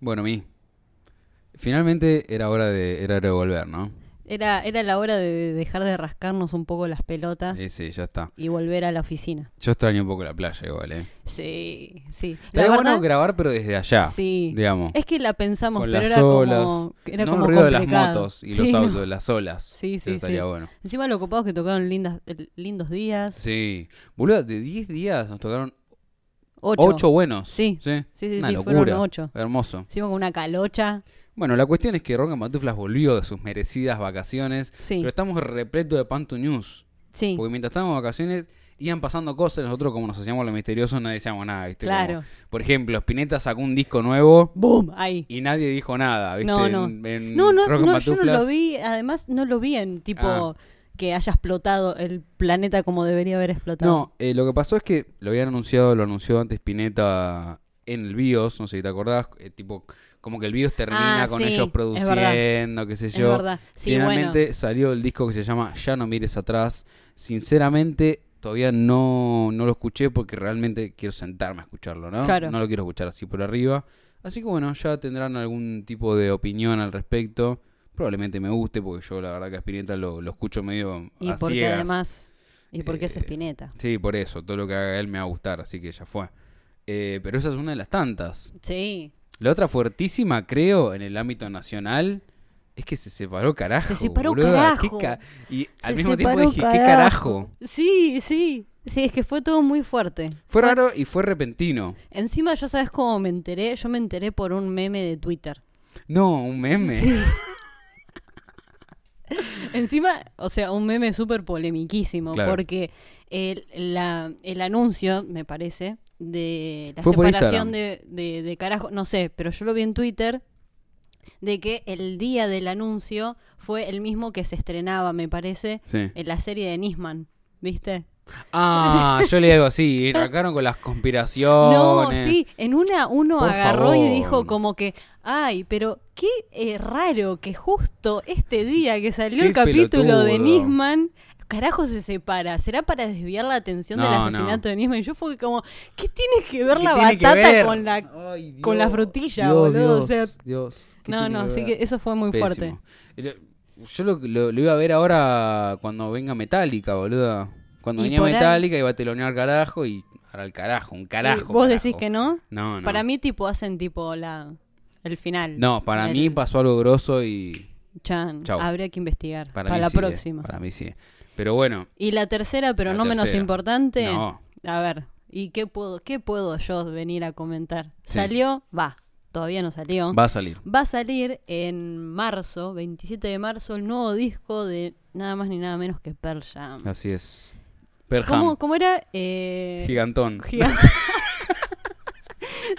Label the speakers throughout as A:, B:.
A: Bueno, mi. Finalmente era hora de, era hora de volver, ¿no?
B: Era, era la hora de dejar de rascarnos un poco las pelotas
A: Sí, sí, ya está.
B: y volver a la oficina.
A: Yo extraño un poco la playa igual, ¿eh?
B: Sí, sí.
A: Estaría
B: la
A: bueno
B: verdad,
A: grabar, pero desde allá.
B: sí.
A: Digamos.
B: Es que la pensamos,
A: con
B: pero
A: las
B: era
A: olas.
B: como, era
A: no
B: como
A: el ruido de las
B: complicado.
A: motos y
B: Sí,
A: los
B: no.
A: autos, las olas.
B: Sí,
A: Eso
B: sí,
A: estaría
B: sí.
A: bueno.
B: Encima lo ocupados que tocaron lindas, eh, lindos días.
A: Sí. Boludo, de 10 días nos tocaron
B: Ocho.
A: 8 buenos.
B: Sí,
A: Sí.
B: sí, sí,
A: Una
B: sí, fueron
A: locura.
B: ocho.
A: Hermoso.
B: Hicimos con una calocha.
A: Bueno, la cuestión es que Rock and Pantuflas volvió de sus merecidas vacaciones.
B: Sí,
A: Pero estamos repletos de Pantu News.
B: sí,
A: Porque mientras estábamos de vacaciones, iban pasando cosas. Nosotros, como nos hacíamos lo misterioso, no decíamos nada, ¿viste? Como,
B: claro.
A: por ejemplo, Spinetta sacó un disco nuevo
B: ¡Boom! Ahí.
A: y nadie dijo nada, ¿viste?
B: No, no.
A: En- en
B: No, no,
A: Rock and
B: no yo no
A: Pantuflas.
B: lo vi. Además, no lo vi en tipo
A: Ah.
B: que haya explotado el planeta como debería haber explotado.
A: No, eh, lo que pasó es que lo habían anunciado, lo anunció antes Pineta en el BIOS, no sé si te acordás, eh, tipo, como que el BIOS termina
B: Ah,
A: con
B: sí,
A: ellos
B: es verdad.
A: produciendo, qué sé
B: es
A: yo.
B: verdad. Sí,
A: Finalmente salió el disco que se llama Ya no mires atrás. Sinceramente, todavía no, no lo escuché porque realmente quiero sentarme a escucharlo, ¿no?
B: Claro.
A: No lo quiero escuchar así por arriba. Así que bueno, ya tendrán algún tipo de opinión al respecto. Probablemente me guste porque yo la verdad que a Spinetta lo, lo escucho medio
B: bueno.
A: a
B: Y porque
A: ciegas.
B: además. Y porque es
A: Eh,
B: Espineta.
A: Sí, por eso, todo lo que haga él me va a gustar, así que ya fue. Eh, pero esa es una de las tantas.
B: Sí.
A: La otra fuertísima, creo, en el ámbito nacional, es que se separó carajo.
B: Se separó
A: boluda. Qué
B: carajo.
A: ca- Y al
B: Se
A: mismo tiempo
B: separó
A: dije, ¿qué carajo?
B: Sí, sí. Sí, es que fue todo muy fuerte.
A: Fue raro y fue repentino.
B: Encima, yo sabes cómo me enteré. Yo me enteré por un meme de Twitter.
A: No, un meme.
B: Encima, o sea, un meme súper polemiquísimo.
A: Claro.
B: Porque el, la- el anuncio, me parece, de la
A: Fue por Instagram.
B: separación de, de- de carajo. No sé, pero yo lo vi en Twitter. De que el día del anuncio fue el mismo que se estrenaba, me parece,
A: Sí.
B: en la serie de Nisman. ¿Viste?
A: Ah, yo le digo así, arrancaron con las conspiraciones.
B: No, sí, en una uno
A: Oh, Por
B: agarró y
A: favor.
B: dijo como que, ay, pero qué eh, raro que justo este día que salió
A: Qué
B: el capítulo de
A: pelotudo.
B: Nisman, carajo se separa, será para desviar la atención del
A: No, no.
B: asesinato de Nisman. Y yo fue como, ¿qué tiene que ver
A: ¿Qué
B: la
A: tiene que
B: batata
A: ver?
B: con la...
A: Ay,
B: con la
A: Dios.
B: frutilla,
A: Dios,
B: boludo, o
A: Dios,
B: sea,
A: Dios. ¿Qué
B: No,
A: tiene
B: no, así
A: ver?
B: que eso fue muy
A: Pésimo.
B: fuerte.
A: El- Yo lo, lo- lo iba a ver ahora cuando venga Metallica, boluda. Cuando
B: Y
A: venía
B: por ahí-
A: Metallica iba a telonear carajo y ahora el carajo, un carajo.
B: Y ¿Vos
A: carajo.
B: decís que no?
A: No, no.
B: Para mí tipo hacen tipo la... El final.
A: No, para
B: El-
A: mí pasó algo grosso y
B: Chan,
A: Chau.
B: habría que investigar para,
A: para, mí
B: la
A: sí, eh.
B: próxima.
A: Para mí sí. Pero bueno,
B: Y la tercera, pero
A: La
B: no menos
A: tercera.
B: importante.
A: no.
B: A ver, ¿y qué puedo, qué puedo yo venir a comentar?
A: Sí.
B: ¿Salió? Va, todavía no salió.
A: Va a salir.
B: Va a salir en marzo, 27 de marzo, el nuevo disco de nada más ni nada menos que Pearl Jam.
A: Así es. Perham,
B: ¿Cómo, cómo era? Eh,
A: gigantón.
B: gigan-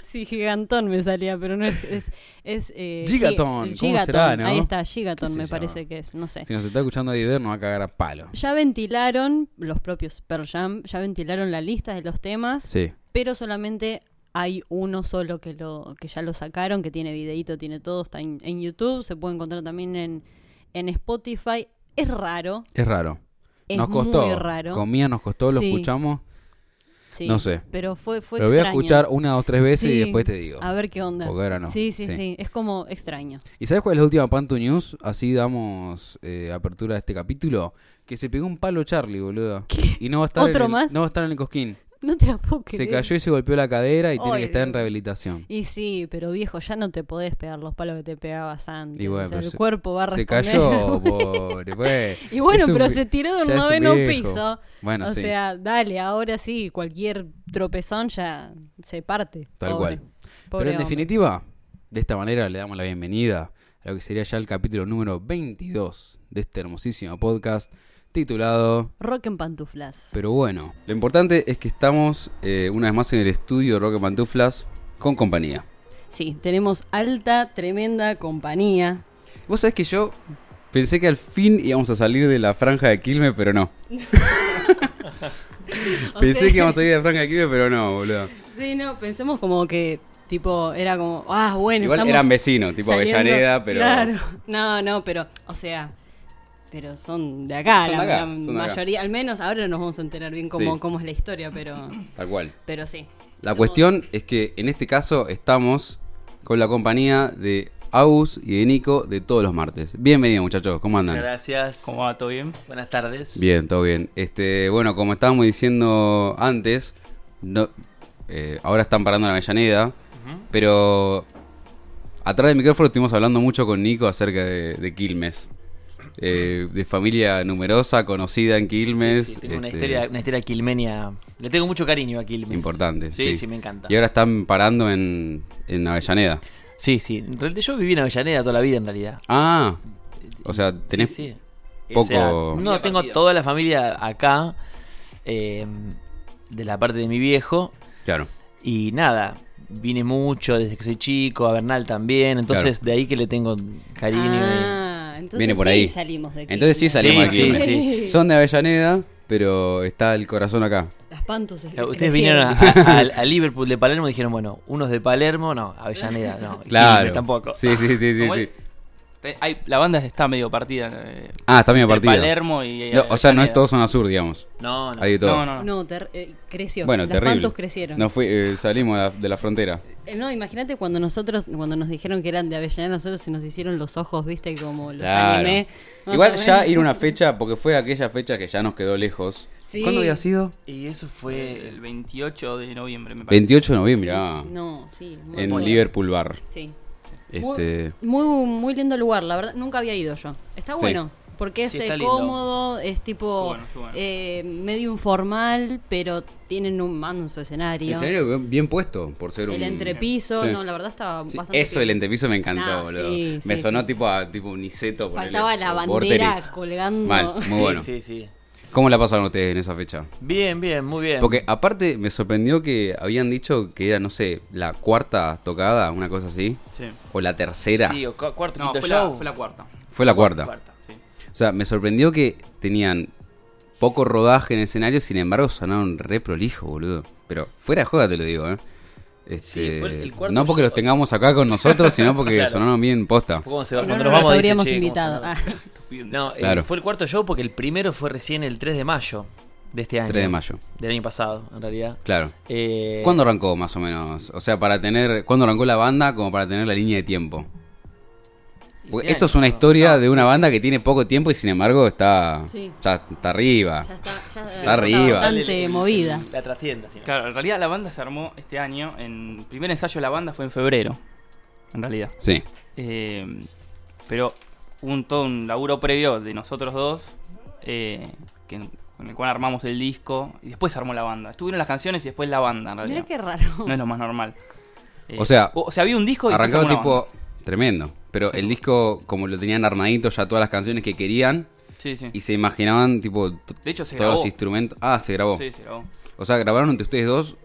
B: sí, Gigantón me salía, pero no es... es, es, eh, gi-
A: Gigatón, ¿cómo será, no?
B: Ahí está,
A: ¿Qué
B: Gigatón
A: sé
B: me
A: yo?
B: parece que es, no sé.
A: Si nos está escuchando Dider, nos va a cagar a palo.
B: Ya ventilaron, los propios Pearl Jam, ya ventilaron la lista de los temas.
A: Sí.
B: pero solamente hay uno solo que lo que ya lo sacaron, que tiene videito, tiene todo, está en, en YouTube, se puede encontrar también en, en Spotify. Es raro,
A: Es raro.
B: es
A: nos costó.
B: muy raro.
A: Comía, nos costó, lo
B: Sí.
A: escuchamos.
B: Sí,
A: no sé.
B: Pero fue, fue
A: Lo voy a
B: extraño.
A: escuchar una, dos, tres veces y
B: Sí.
A: después te digo.
B: A ver qué onda.
A: Porque ahora no.
B: Sí, sí,
A: Sí.
B: sí, Es como extraño.
A: ¿Y sabes cuál es la última Pantu News? Así damos eh, apertura a este capítulo. Que se pegó un palo Charlie, boludo. Y no va a estar,
B: ¿Otro
A: en, el,
B: más?
A: No va a estar en el cosquín.
B: No te la puedo
A: Se
B: creer.
A: cayó y se golpeó la cadera y tiene
B: Ay,
A: que estar en
B: Dios.
A: rehabilitación.
B: Y sí, pero viejo, ya no te podés pegar los palos que te pegabas antes.
A: Y bueno,
B: O sea,
A: pero
B: el
A: se-
B: cuerpo va a
A: Se
B: responder.
A: cayó, pobre. fue.
B: y bueno,
A: Es un
B: pero
A: vi-
B: se tiró
A: ya
B: de un
A: es un
B: noveno
A: viejo.
B: piso.
A: Bueno,
B: o
A: sí,
B: sea, dale, ahora sí, cualquier tropezón ya se parte.
A: tal
B: Pobre.
A: cual.
B: Pobre
A: pero en
B: hombre.
A: definitiva, de esta manera le damos la bienvenida a lo que sería ya el capítulo número 22 de este hermosísimo podcast titulado
B: Rock en pantuflas.
A: Pero bueno, lo importante es que estamos eh, una vez más en el estudio Roque Pantuflas con compañía.
B: Sí, tenemos alta, tremenda compañía.
A: Vos sabés que yo pensé que al fin íbamos a salir de la franja de Quilmes, pero no.
B: O
A: pensé
B: sea-
A: que íbamos a salir de la franja de Quilmes, pero no, boludo.
B: Sí, no, pensemos como que, tipo, era como, ah, bueno,
A: Igual
B: estamos
A: eran vecinos, tipo
B: saliendo-
A: Avellaneda, pero...
B: Claro, no, no, pero, o sea, pero son de
A: Son-
B: acá,
A: son
B: la,
A: de acá,
B: la
A: son de acá.
B: mayoría, al menos ahora nos vamos a enterar bien cómo,
A: Sí.
B: cómo es la historia, pero,
A: Tal cual.
B: pero sí.
A: La cuestión es que en este caso estamos con la compañía de Agus y de Nico de todos los martes. Bienvenidos, muchachos, ¿cómo andan?
C: Muchas gracias.
D: ¿Cómo va? ¿Todo bien?
C: Buenas tardes.
A: Bien, todo bien. Este, bueno, como estábamos diciendo antes, no- eh, ahora están parando en Avellaneda, pero atrás del micrófono estuvimos hablando mucho con Nico acerca de, de Quilmes. Eh, de familia numerosa, conocida en Quilmes.
C: Sí, sí, tengo una,
A: este,
C: historia, una historia quilmenia. Le tengo mucho cariño a Quilmes.
A: importante.
C: Sí, sí, me encanta.
A: Y ahora están parando en, en Avellaneda.
C: Sí, sí. En realidad Yo viví en Avellaneda toda la vida, en realidad.
A: Ah, o sea, tenés...
C: Sí, sí.
A: poco-
C: no, tengo toda la familia acá, eh, de la parte de mi viejo.
A: Claro.
C: Y nada, vine mucho desde que soy chico, a Bernal también. Entonces, de ahí que le tengo cariño.
B: Ah, entonces
A: eh. Viene por
B: sí
A: ahí.
B: salimos de aquí.
A: Entonces sí salimos
C: Sí,
A: de Quilmes.
C: sí,
A: Son de Avellaneda, pero está el corazón acá.
B: Las pantos
C: Claro, Ustedes vinieron a, a- a- a Liverpool de Palermo y dijeron, bueno, unos de Palermo, no, Avellaneda, no. y
A: Claro.
C: Quilmes tampoco.
A: Sí, sí, sí, sí.
D: Como
A: sí.
D: él, te- hay- la banda está medio partida. eh,
A: Ah, está medio
D: entre
A: partida.
D: Palermo y. eh,
A: No, o sea, no es
D: Avellaneda.
A: todo zona sur, digamos.
C: No, no.
A: Hay de todo.
D: No, no.
B: No, ter- eh, creció.
A: Bueno,
B: Las
A: terrible.
B: pantos crecieron.
A: Nos fui- eh, salimos de la, de la frontera.
B: Eh, No, imagínate cuando nosotros, cuando nos dijeron que eran de Avellaneda, nosotros se nos hicieron los ojos, viste, como los
A: Claro.
B: animé. Más
A: Igual
B: o
A: ya
B: menos.
A: ir a una fecha, porque fue aquella fecha que ya nos quedó lejos.
B: Sí.
A: ¿Cuándo había sido?
C: Y eso fue eh,
D: Fue el 28 de noviembre, me parece.
A: 28 de noviembre, ah,
B: No, sí. muy
A: en
B: bueno.
A: Liverpool Bar.
B: Sí.
A: Este,
B: Muy, muy, muy lindo lugar, la verdad. Nunca había ido yo. Está
A: Sí.
B: bueno. Porque es
C: Sí, está
B: eh,
C: lindo.
B: cómodo, es tipo
D: bueno, qué bueno.
B: eh, medio informal, pero tienen un manso escenario.
A: el escenario bien, bien puesto, por ser
B: El
A: un...
B: entrepiso,
A: Sí.
B: no, la verdad estaba
A: Sí,
B: bastante.
A: eso del entrepiso me encantó,
B: Ah,
A: boludo.
B: sí,
A: me
B: sí,
A: sonó
B: sí.
A: tipo a tipo un iseto. ponele,
B: Faltaba la
A: o
B: bandera
A: Vorterix.
B: colgando.
A: Mal, muy
C: sí,
A: bueno.
C: sí, sí.
A: ¿Cómo la pasaron ustedes en esa fecha?
C: Bien, bien, muy bien.
A: Porque aparte me sorprendió que habían dicho que era, no sé, la cuarta tocada, una cosa así.
D: Sí.
A: O la tercera.
C: Sí, o cu- cuarto,
D: No,
C: quinto
D: fue la,
C: show.
D: fue la cuarta.
A: Fue la cuarta.
D: Cuarta, sí.
A: O sea, me sorprendió que tenían poco rodaje en el escenario, sin embargo sonaron re prolijo, boludo. Pero fuera de joda te lo digo, ¿eh? Este,
C: Sí, fue el- el cuarto
A: no porque
C: show.
A: los tengamos acá con nosotros, sino porque
C: Claro.
A: sonaron bien posta.
C: ¿Cómo se
B: Si
C: va?
B: no,
C: Cuando
B: no
C: nos vamos
B: los
C: dice,
B: habríamos
C: "Che, ¿cómo
B: invitado.
C: sonaba?".
B: Ah,
C: No, eh,
A: Claro.
C: fue el cuarto show porque el primero fue recién el 3 de mayo de este año.
A: 3 de mayo,
C: Del año pasado, en realidad.
A: claro.
C: Eh,
A: ¿Cuándo arrancó más o menos? O sea, para tener. ¿Cuándo arrancó la banda? Como para tener la línea de tiempo. Porque
C: Este
A: esto
C: año,
A: es una
C: ¿no?
A: historia
C: No,
A: de una banda que tiene poco tiempo y sin embargo está.
B: Sí.
A: Ya está arriba.
B: Ah, ya está, ya
A: Está
C: Eh,
A: arriba.
B: bastante movida.
C: La trastienda, si no.
D: Claro, en realidad la banda se armó este año. En el primer ensayo de la banda fue en febrero. En realidad.
A: Sí.
D: Eh, pero hubo un, todo un laburo previo de nosotros dos, eh, que- con el cual armamos el disco y después se armó la banda. Estuvieron las canciones y después la banda, en
B: Mirá
D: realidad.
B: qué raro.
D: No es lo más normal. Eh,
A: O sea,
D: o, o sea, había un disco y
A: Arrancado
D: después armó la
A: tipo. Tremendo. Pero el disco, como lo tenían armadito ya todas las canciones que querían.
D: banda. Sí, sí.
A: Y se imaginaban, tipo, t-
D: De hecho, se
A: todos
D: grabó.
A: los instrumentos. Ah, se grabó.
D: Sí, se grabó.
A: O sea, grabaron entre ustedes dos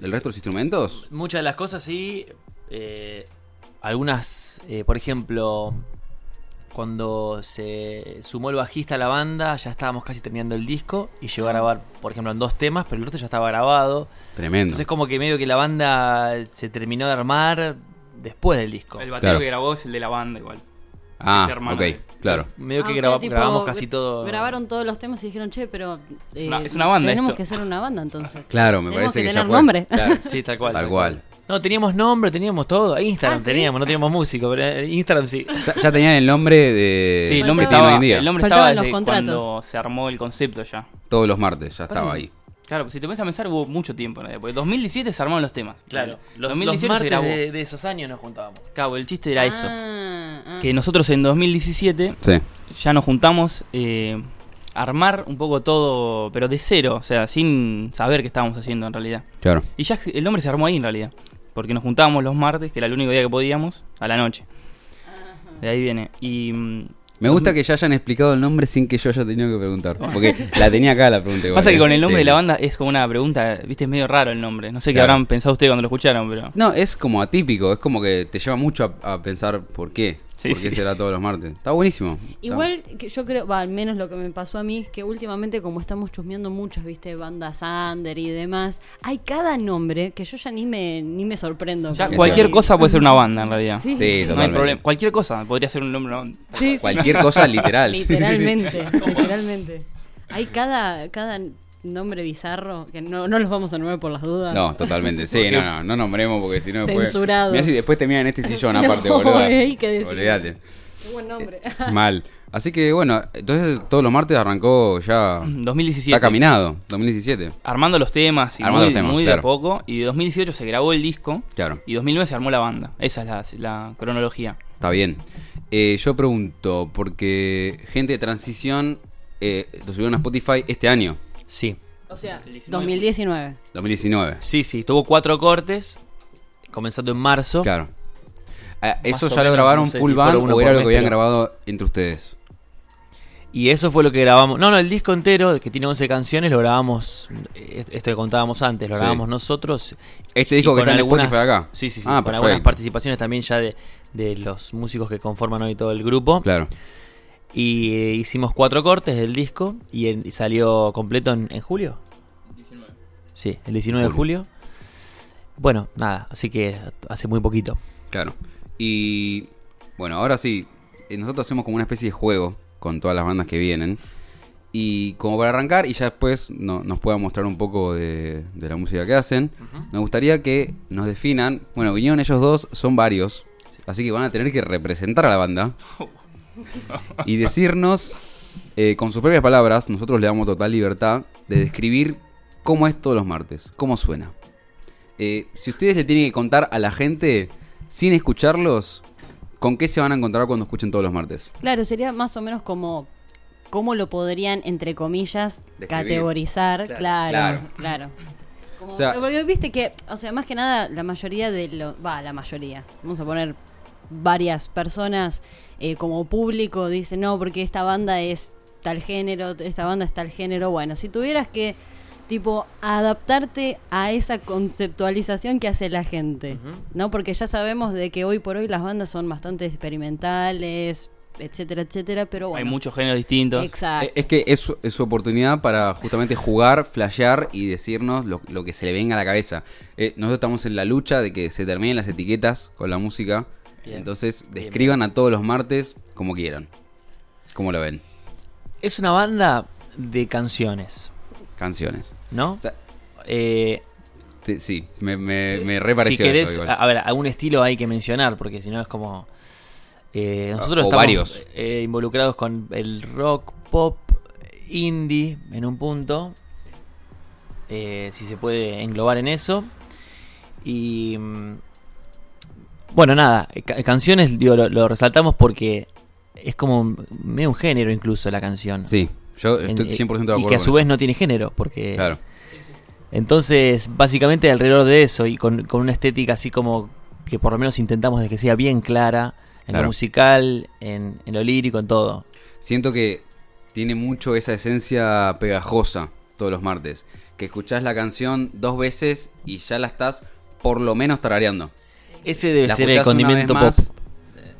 A: el resto de los instrumentos.
C: Muchas de las cosas sí. eh, algunas, eh, por ejemplo, cuando se sumó el bajista a la banda, ya estábamos casi terminando el disco y llegó a grabar, por ejemplo, en dos temas, pero el otro ya estaba grabado.
A: Tremendo.
C: Entonces, como que medio que la banda se terminó de armar después del disco.
D: El batero
A: Claro.
D: que grabó es el de la banda igual.
A: ah,
D: ese hermano
A: ok,
D: de-
A: claro.
C: Medio
B: Ah,
C: que
B: o sea,
C: graba-
B: tipo,
C: grabamos
B: gra-
C: casi todo.
B: Grabaron todos los temas y dijeron, che, pero. eh,
D: una- es una banda
B: Tenemos
D: esto".
B: que ser una banda entonces.
A: Claro, me
B: Tenemos
A: parece
B: que
A: que, ya
B: tener
A: fue.
B: nombre.
A: Claro.
C: Sí, tal cual.
A: Tal cual.
C: No, teníamos nombre, teníamos todo. Instagram
B: Ah, ¿sí?
C: teníamos, no teníamos músico, pero eh, Instagram sí.
A: Ya, ya tenían el nombre de.
D: Sí, el
A: que
D: nombre
A: tienen
D: estaba,
A: hoy en día.
D: el nombre
B: Faltaban
D: estaba
B: los
D: desde
B: contratos.
D: cuando se armó el concepto ya.
A: Todos los martes
D: Pues
A: ya estaba
C: Pasa-
A: ahí.
D: Claro, si te pones a pensar hubo mucho tiempo en realidad, porque 2017 se armaron los temas.
C: los,
D: 2017
C: los
D: se
C: martes
D: grabó.
C: de, de esos años nos juntábamos.
D: Cabo, el chiste era eso.
B: Ah, ah.
D: que nosotros en 2017
A: Sí.
D: ya nos juntamos eh, a armar un poco todo, pero de cero, o sea, sin saber qué estábamos haciendo en realidad.
A: Claro.
D: Y ya el nombre se armó ahí en realidad, porque nos juntábamos los martes, que era el único día que podíamos, a la noche. De ahí viene. Y mm,
A: Me gusta que ya hayan explicado el nombre sin que yo haya tenido que preguntar. Porque la tenía acá la pregunta. igual,
D: pasa
A: ¿eh?
D: que con el nombre
A: Sí.
D: de la banda es como una pregunta, viste, es medio raro el nombre. No sé qué
A: Claro.
D: habrán pensado ustedes cuando lo escucharon, pero...
A: No, es como atípico. Es como que te lleva mucho a, a pensar por qué.
D: Sí,
A: por qué
D: sí.
A: será todos los martes. Está buenísimo.
B: Igual que yo creo, va, al menos lo que me pasó a mí es que últimamente como estamos chusmeando muchas, viste, bandas under y demás, hay cada nombre que yo ya ni me ni me sorprendo.
D: Ya
B: con-
D: cualquier
A: Sí.
D: cosa puede ser una banda en realidad.
B: Sí,
A: Sí,
B: sí,
D: No hay
A: totalmente.
D: problema. Cualquier cosa podría ser un nombre. de una banda.
B: sí, sí.
A: Cualquier cosa literal.
B: literalmente, literalmente. Hay cada cada nombre bizarro, que no, no los vamos a nombrar por las dudas.
A: No, totalmente. Sí, no, no, no nombremos porque si no. después-
B: Censurado.
A: Mirá si después te miran este sillón aparte,
B: No,
A: boludo.
B: ey, qué decir.
A: Olvídate.
B: Qué buen nombre.
A: Mal. Así que bueno, entonces todos los martes arrancó ya.
D: 2017.
A: Está caminado, 2017.
D: Armando los temas y
A: Armando
D: muy,
A: los temas,
D: muy de
A: claro.
D: a poco. Y de 2018 se grabó el disco.
A: Claro,
D: Y 2009 se armó la banda. Esa es la, la cronología.
A: está bien. Eh, yo pregunto, porque gente de transición eh, lo subieron a Spotify este año,
C: Sí.
B: O sea, 2019.
A: 2019.
C: Sí, sí, tuvo cuatro cortes, comenzando en marzo.
A: Claro. Ah, ¿Eso
C: o
A: ya lo
C: menos,
A: grabaron
C: no sé
A: full
C: si
A: band
C: fueron uno
A: o era
C: por
A: lo que
C: mes,
A: habían
C: pero-
A: grabado entre ustedes?
C: Y eso fue lo que grabamos. No, no, el disco entero, que tiene 11 canciones, lo grabamos, eh, esto que contábamos antes, lo
A: Sí.
C: grabamos nosotros.
A: Este
C: Y
A: disco que
C: con
A: está en
C: algunas-
A: Spotify acá.
C: Sí, sí, sí.
A: Ah,
C: con algunas
A: perfecto.
C: participaciones también ya de, de los músicos que conforman hoy todo el grupo.
A: Claro.
C: Y eh, hicimos cuatro cortes del disco y, en- y salió completo en, en julio. Sí, el 19 de
A: Julio.
C: julio. Bueno, nada, así que hace muy poquito.
A: Claro. Y bueno, ahora sí, eh, nosotros hacemos como una especie de juego con todas las bandas que vienen. Y como para arrancar, y ya después no- nos puedan mostrar un poco de, de la música que hacen, nos gustaría que nos definan. Bueno, vinieron ellos dos, son varios. Así que van a tener que representar a la banda. y decirnos, eh, con sus propias palabras, nosotros le damos total libertad de describir cómo es todos los martes, cómo suena. Eh, si ustedes le tienen que contar a la gente, sin escucharlos, ¿con qué se van a encontrar cuando escuchen todos los martes?
B: Claro, sería más o menos como cómo lo podrían, entre comillas,
A: Describir.
B: categorizar. Claro, claro. Como-
A: O sea-
B: porque viste que, o sea, más que nada, la mayoría de los. Va, la mayoría. Vamos a poner varias personas eh, como público dicen, no, porque esta banda es tal género, esta banda es tal género. Bueno, si tuvieras que, tipo, adaptarte a esa conceptualización que hace la gente, ¿no? Porque ya sabemos de que hoy por hoy las bandas son bastante experimentales, etcétera, etcétera, pero bueno.
D: Hay muchos géneros distintos.
B: Exacto.
A: Eh, Es que es, su- es su oportunidad para justamente jugar, flashear y decirnos lo, lo que se le venga a la cabeza. Eh, nosotros estamos en la lucha de que se terminen las etiquetas con la música.
C: Bien.
A: Entonces,
C: Bien,
A: describan a todos los martes como quieran. Como lo ven.
C: Es una banda de canciones,
A: Canciones.
C: ¿no?
A: O sea,
C: Eh,
A: te- sí, me, me, me re pareció
C: si querés,
A: eso igual.
C: a, a ver, algún estilo hay que mencionar, porque si no es como... eh, nosotros
A: o
C: estamos
A: varios.
C: eh, involucrados con el rock, pop, indie, en un punto, eh, si se puede englobar en eso. Y... mm, Bueno, nada, eh, ca- canciones digo, lo, lo resaltamos porque es como un- medio un género incluso la canción.
A: Sí, yo
C: En- eh,
A: estoy 100% de acuerdo.
C: Y que a su
A: con
C: vez
A: eso.
C: no tiene género, porque...
A: Claro.
C: Entonces, básicamente alrededor de eso y con, con una estética así como que por lo menos intentamos de que sea bien clara en
A: Claro.
C: lo musical, en, en lo lírico, en todo.
A: Siento que tiene mucho esa esencia pegajosa todos los martes. Que escuchás la canción dos veces y ya la estás por lo menos tarareando.
C: Ese debe
A: La
C: ser el
A: escuchás una
C: condimento
A: vez
C: pop.
A: más.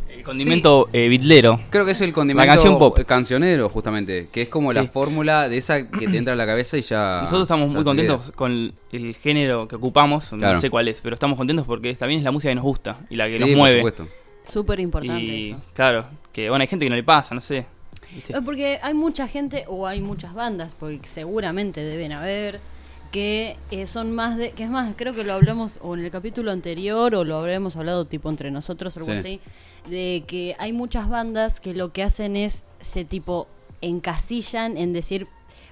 D: El condimento eh, bitlero.
A: Creo que es el condimento eh,
D: La canción pop.
A: cancionero, justamente. Que es como la fórmula de esa que te entra a la cabeza y ya.
D: Nosotros estamos
A: Ah, ya
D: muy
A: se
D: contentos con el género que ocupamos.
A: Claro.
D: No sé cuál es, pero estamos contentos porque es- también es la música que nos gusta y la
A: queda.
D: que
A: Sí,
D: nos
A: por
D: mueve.
A: supuesto.
B: Súper importante
D: y
B: eso.
D: claro, que bueno, hay gente que no le pasa, no sé. ¿viste?
B: Eh, Porque hay mucha gente, o hay muchas bandas, porque seguramente deben haber, que eh, son más de. que es más, creo que lo hablamos o en el capítulo anterior, o lo habremos hablado tipo entre nosotros o algo
A: Sí.
B: así, de que hay muchas bandas que lo que hacen es se tipo encasillan en decir,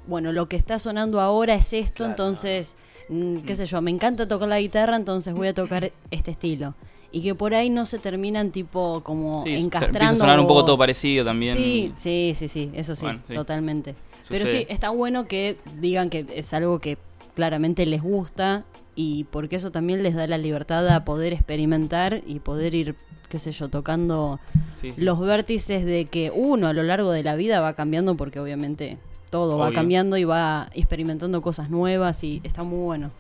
B: bueno, lo que está sonando ahora es esto, entonces, mm, qué sé yo, me encanta tocar la guitarra, entonces voy a tocar este estilo. Y que por ahí no se terminan tipo como
D: Sí, te-
B: encastrando.
D: empieza a sonar un poco
B: o-
D: todo parecido también.
B: Sí, sí, sí, sí, eso sí,
D: Bueno, sí.
B: totalmente. Pero
D: Sucede.
B: sí, está bueno que digan que es algo que claramente les gusta y porque eso también les da la libertad a poder experimentar y poder ir, qué sé yo, tocando
D: Sí, sí.
B: los vértices de que uno a lo largo de la vida va cambiando porque obviamente todo va
D: Obvio.
B: cambiando y va experimentando cosas nuevas y está muy bueno.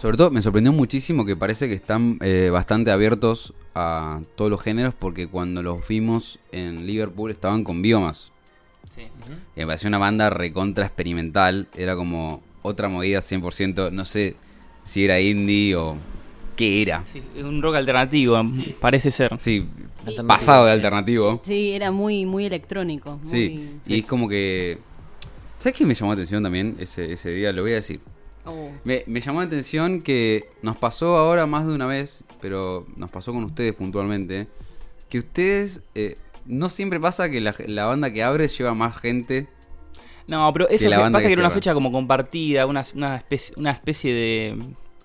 A: Sobre todo me sorprendió muchísimo que parece que están eh, bastante abiertos a todos los géneros porque cuando los vimos en Liverpool estaban con biomas. Y
D: Sí.
A: Eh, me pareció una banda recontra experimental. Era como otra movida 100%. No sé si era indie o qué era.
D: Sí, es un rock alternativo, parece ser.
A: Sí,
C: Sí.
A: pasado de alternativo.
B: Sí, era muy muy electrónico.
A: Sí,
B: muy-
A: y es como que ¿Sabes qué me llamó la atención también ese, ese día? Lo voy a decir.
B: Oh.
A: Me, me llamó la atención que nos pasó ahora más de una vez, pero nos pasó con ustedes puntualmente, que ustedes... eh, no siempre pasa que la, la banda que abre lleva más gente.
D: No, pero eso
A: Que la
D: que-
A: banda
D: pasa
A: que
D: que era una
A: cierra.
D: fecha como compartida, una, una especie, una especie de,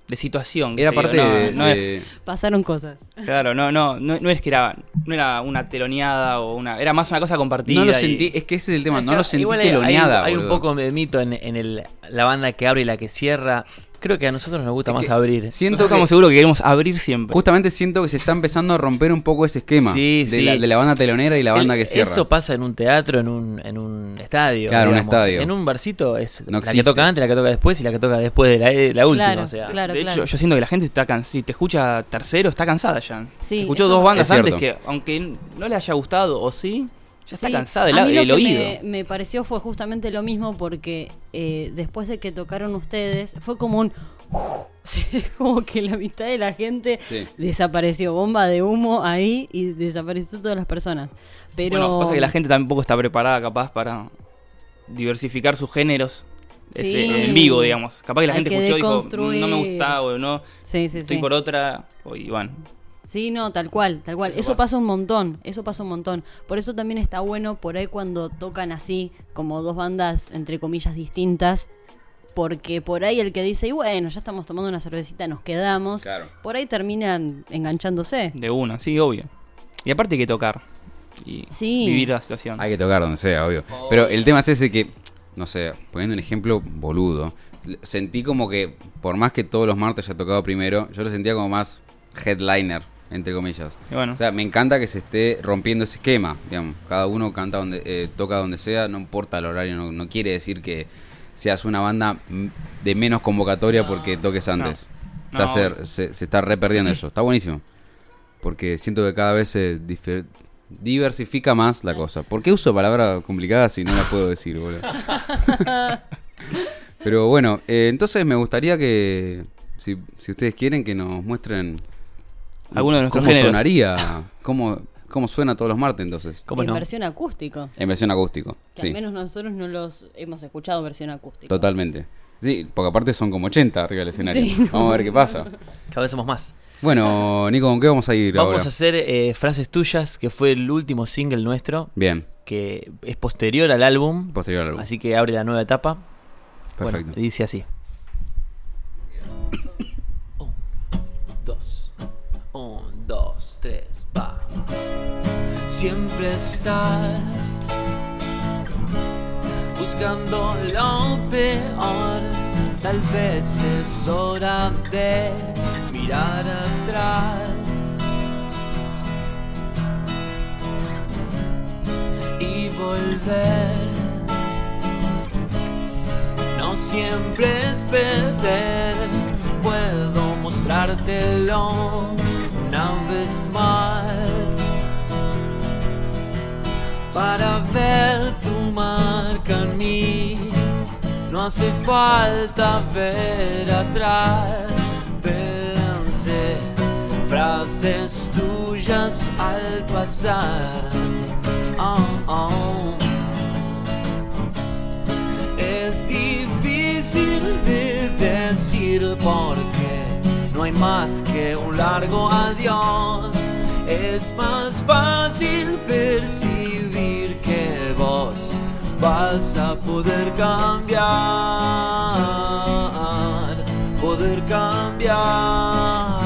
D: de situación. que
A: Era
D: se
A: parte
D: dio. No,
A: de...
D: no
A: de-
B: Pasaron cosas.
D: era- claro, no, no, no, no es que era, no era una teloneada o una, era más una cosa compartida.
A: no lo
D: y-
A: sentí, es que ese es el tema, no lo sentí
C: Igual hay-
A: teloneada.
C: Hay, hay un
A: boludo.
C: poco de mito en, en el, la banda que abre y la que cierra. Creo que a nosotros nos gusta
A: Es
C: más
A: que
C: abrir.
A: Siento
D: Nosotros
A: que,
D: estamos seguros que queremos abrir siempre.
A: justamente siento que se está empezando a romper un poco ese esquema
C: Sí,
A: de,
C: sí.
A: La, de la banda telonera y la banda
C: El-
A: que cierra.
C: Eso pasa en un teatro, en un, en un estadio.
A: Claro, un
C: digamos.
A: estadio.
C: En un barcito es
A: No
C: la
A: existe.
C: que toca antes, la que toca después y la que toca después de la, la última.
B: Claro,
C: o sea.
B: claro.
D: de hecho, yo siento que la gente está cansada. Si te escucha tercero, está cansada ya.
B: Sí,
D: Te escuchó
B: eso-
D: dos bandas
A: Es
D: antes que,
A: cierto.
D: aunque no le haya gustado o sí, ya está
B: Sí.
D: cansada el,
B: A mí lo
D: el
B: que
D: oído.
B: Me, me pareció fue justamente lo mismo porque eh, después de que tocaron ustedes fue como un... sí, como que la mitad de la gente
A: Sí.
B: desapareció, bomba de humo ahí y desapareció todas las personas. Pero
D: Bueno, pasa que la gente tampoco está preparada capaz para diversificar sus géneros ese,
B: Sí.
D: en vivo, digamos. Capaz que la
B: Hay
D: gente
B: que
D: escuchó y dijo,
B: deconstruir.
D: no me gusta o no,
B: Sí, sí,
D: estoy
B: sí.
D: por otra. O, y bueno,
B: Sí, no, tal cual, tal cual.
D: Eso
B: Eso,
D: pasa.
B: pasa. un montón, eso pasa un montón. Por eso también está bueno por ahí cuando tocan así, como dos bandas, entre comillas, distintas, porque por ahí el que dice, y bueno, ya estamos tomando una cervecita, nos quedamos,
A: Claro.
B: por ahí terminan enganchándose.
D: de una, sí, obvio. Y aparte hay que tocar y
B: Sí.
D: vivir la situación.
A: Hay que tocar donde sea, obvio. Pero el tema es ese que, no sé, poniendo un ejemplo boludo, l- sentí como que, por más que todos los martes haya tocado primero, yo lo sentía como más headliner, entre comillas.
D: Y bueno,
A: O sea, me encanta que se esté rompiendo ese esquema, digamos. Cada uno canta donde, eh, toca donde sea, no importa el horario, no, no quiere decir que seas una banda mm, de menos convocatoria porque toques antes.
D: No.
A: O sea,
D: No.
A: se, se- se está re perdiendo eso. Está buenísimo. Porque siento que cada vez se difer- diversifica más la cosa. ¿Por qué uso palabras complicadas si no las puedo decir, boludo? Pero bueno, eh, entonces me gustaría que, si, si ustedes quieren, que nos muestren
D: Alguno de nuestros
A: cómo
D: géneros.
A: sonaría, cómo, cómo suena todos los martes entonces.
C: ¿Cómo
B: en
C: no?
B: versión acústico.
A: En versión acústico,
B: Que al
A: sí,
B: menos nosotros no los hemos escuchado en versión acústica.
A: totalmente. Sí, porque aparte son como 80 arriba del escenario.
B: Sí, no.
A: Vamos a ver qué pasa.
C: Cada vez somos más.
A: Bueno, Nico, ¿con qué vamos a ir
C: Vamos
A: ahora?
C: a hacer eh, frases tuyas, que fue el último single nuestro,
A: Bien,
C: que es posterior al álbum.
A: posterior al álbum.
C: Así que abre la nueva etapa. Bueno,
A: Perfecto.
C: y dice así. Un, dos, un, dos, tres, va. Siempre estás buscando lo peor. Tal vez es hora de mirar atrás. y volver. No siempre es perder, puedo mostrártelo una vez más. Para ver tu marca en mí, no hace falta ver atrás. Pensé frases tuyas al pasar. Oh, oh. Es difícil de decir porque no hay más que un largo adiós. Es más fácil percibir que vos vas a poder cambiar, poder cambiar.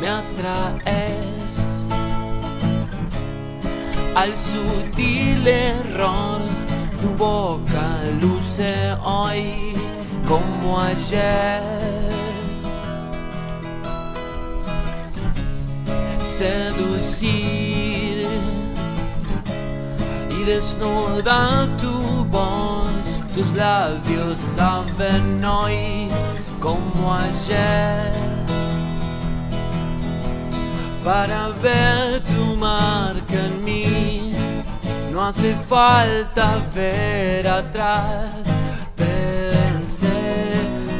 C: me atraes al sutil error. Tu boca luce hoy como ayer. seducir y desnuda tu voz, tus labios saben hoy como ayer. para ver tu marca en mí. No hace falta ver atrás. Pensé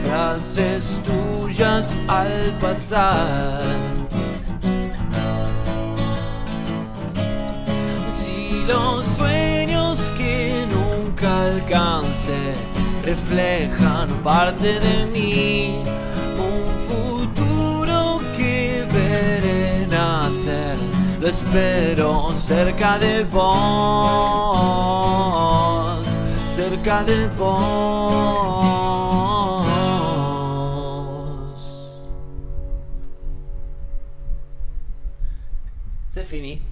C: frases tuyas al pasar. Si los sueños que nunca alcancé reflejan parte de mí, un futuro que veré nacer, lo espero cerca de vos, cerca de vos. Se finí.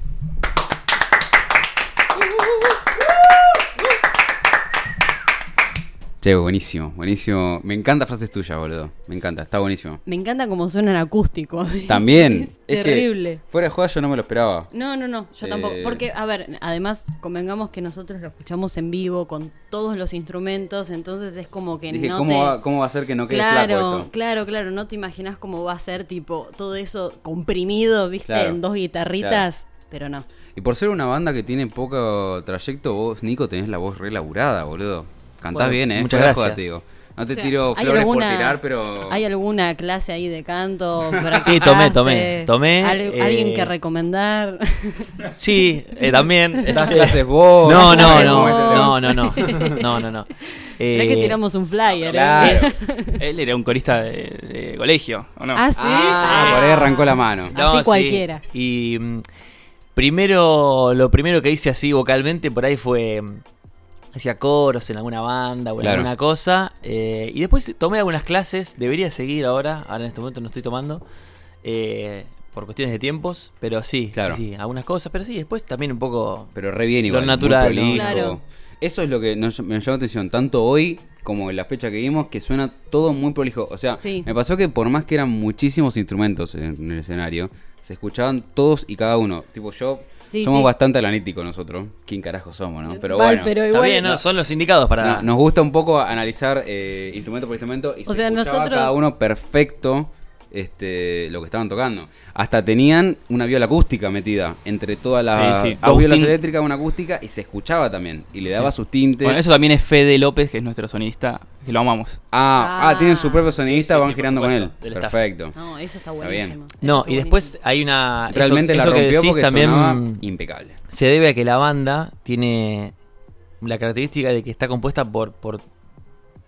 A: Che, buenísimo, buenísimo. Me encanta frases tuyas, boludo. Me encanta, está buenísimo.
B: Me encanta como suena en acústico.
A: También. es
B: Es
A: que
B: terrible.
A: fuera de juego yo no me lo esperaba.
B: No, no, no, yo tampoco.
A: Eh.
B: Porque, a ver, además, convengamos que nosotros lo escuchamos en vivo con todos los instrumentos, entonces es como que
A: Dije,
B: no
A: ¿cómo,
B: te-
A: va, ¿cómo va a ser que no quede flaco
B: Claro,
A: esto?
B: claro, claro, no te imaginas cómo va a ser tipo todo eso comprimido, viste,
A: Claro,
B: en dos guitarritas, pero no.
A: Y por ser una banda que tiene poco trayecto, vos, Nico, tenés la voz re laburada, boludo. Cantás
C: Bueno,
A: bien, ¿eh?
C: muchas
A: Fuera de joda,
C: gracias.
A: te digo. No te
B: O sea,
A: tiro
B: ¿hay
A: flores
B: alguna-
A: por tirar, pero...
B: ¿Hay alguna clase ahí de canto? por
C: Sí,
B: acá
C: tomé,
B: pasaste?
C: tomé, tomé,
B: Al- ¿Alguien
C: eh,
B: que recomendar?
C: Sí, eh, también.
A: ¿Das clases vos?
C: No, no,
A: ¿Cómo es el
C: no, no,
A: tema?
C: no, no, no, no, no.
B: No es que
C: Eh,
B: tiramos un flyer. ¿eh?
A: Claro.
D: Él era un corista de, de colegio, ¿o no?
B: Ah, sí.
A: Ah,
B: Ah.
A: por ahí arrancó la mano.
B: No. Así cualquiera.
C: Y mm, primero, lo primero que hice así vocalmente por ahí fue mm, hacía coros en alguna banda o en
A: Claro.
C: alguna cosa. eh, y después tomé algunas clases. Debería seguir ahora. Ahora en este momento no estoy tomando. eh, por cuestiones de tiempos. Pero sí,
A: Claro.
C: sí, algunas cosas. Pero sí, después también un poco.
A: Pero re bien igual.
C: Lo
A: muy
C: natural, ¿no?
A: prolijo.
B: Claro.
A: Eso es lo que nos- me llamó la atención, tanto hoy como en la fecha que vimos, que suena todo muy prolijo. O sea,
B: Sí.
A: me pasó que por más que eran muchísimos instrumentos en, en el escenario, se escuchaban todos y cada uno. Tipo, yo...
B: Sí,
A: somos
B: sí.
A: bastante analíticos nosotros. ¿Quién carajo somos, no? Pero
B: Val,
A: bueno.
B: pero
C: Está
B: igual-
C: bien, ¿no? son los indicados para.
A: No, nos gusta un poco analizar eh, instrumento por instrumento y
B: O
A: se
B: sea,
A: escuchaba
B: nosotros-
A: cada uno perfecto este, lo que estaban tocando. Hasta tenían una viola acústica metida entre todas las
D: Sí, sí.
A: dos violas
D: Agustín.
A: eléctricas, una acústica y se escuchaba también y le daba
D: Sí.
A: sus tintes.
D: Bueno, eso también es Fede López, que es nuestro sonista, que lo amamos.
A: ah, ah,
B: Ah.
A: tienen su propio sonidista,
C: Sí, sí,
A: van
C: sí, por
A: girando
C: supuesto,
A: con él.
C: del staff. Ah.
A: Perfecto.
B: No, eso está
A: Está bien.
B: buenísimo. eso
C: No,
B: está
C: y después hay una. eso-
A: Realmente
C: eso,
A: la
C: que
A: rompió
C: decís
A: porque
C: también.
A: sonaba impecable.
C: se debe a que la banda tiene la característica de que está compuesta por, por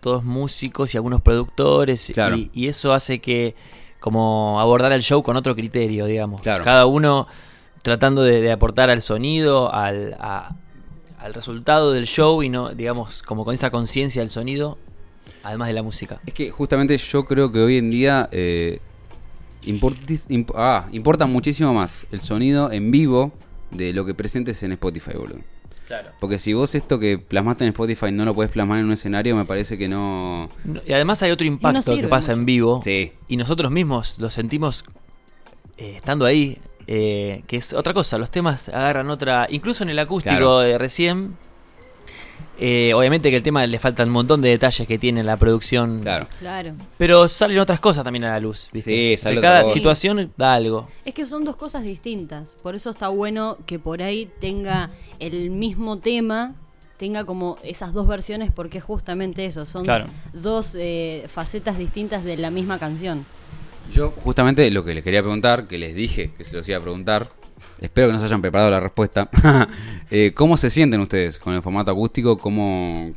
C: todos músicos y algunos productores
A: Claro.
C: y, y eso hace que como abordar el show con otro criterio, digamos.
A: Claro.
C: Cada uno tratando de, de aportar al sonido, al, a- al resultado del show y no, digamos, como con esa conciencia del sonido, además de la música.
A: Es que justamente yo creo que hoy en día eh, importi- imp- ah, importa muchísimo más el sonido en vivo de lo que presentes en Spotify, boludo.
C: Claro.
A: Porque si vos esto que plasmaste en Spotify no lo podés plasmar en un escenario, me parece que no...
C: Y además hay otro impacto que
B: sirve
C: pasa
B: mucho.
C: en vivo.
A: Sí.
C: y nosotros mismos lo sentimos eh, estando ahí, eh, que es otra cosa, los temas agarran otra, incluso en el acústico
A: Claro.
C: de recién, eh, obviamente que el tema le faltan un montón de detalles que tiene la producción,
A: Claro.
B: Claro.
C: pero salen otras cosas también a la luz, ¿viste?
A: Sí, sale
C: Que
A: otra
C: cada
A: cosa.
C: situación da algo.
B: Es que son dos cosas distintas. Por eso está bueno que por ahí tenga el mismo tema, tenga como esas dos versiones, porque es justamente eso. Son
D: Claro.
B: dos eh, facetas distintas de la misma canción.
A: Yo justamente lo que les quería preguntar, que les dije que se los iba a preguntar, espero que nos hayan preparado la respuesta. Eh, ¿Cómo se sienten ustedes con el formato acústico? ¿Cómo,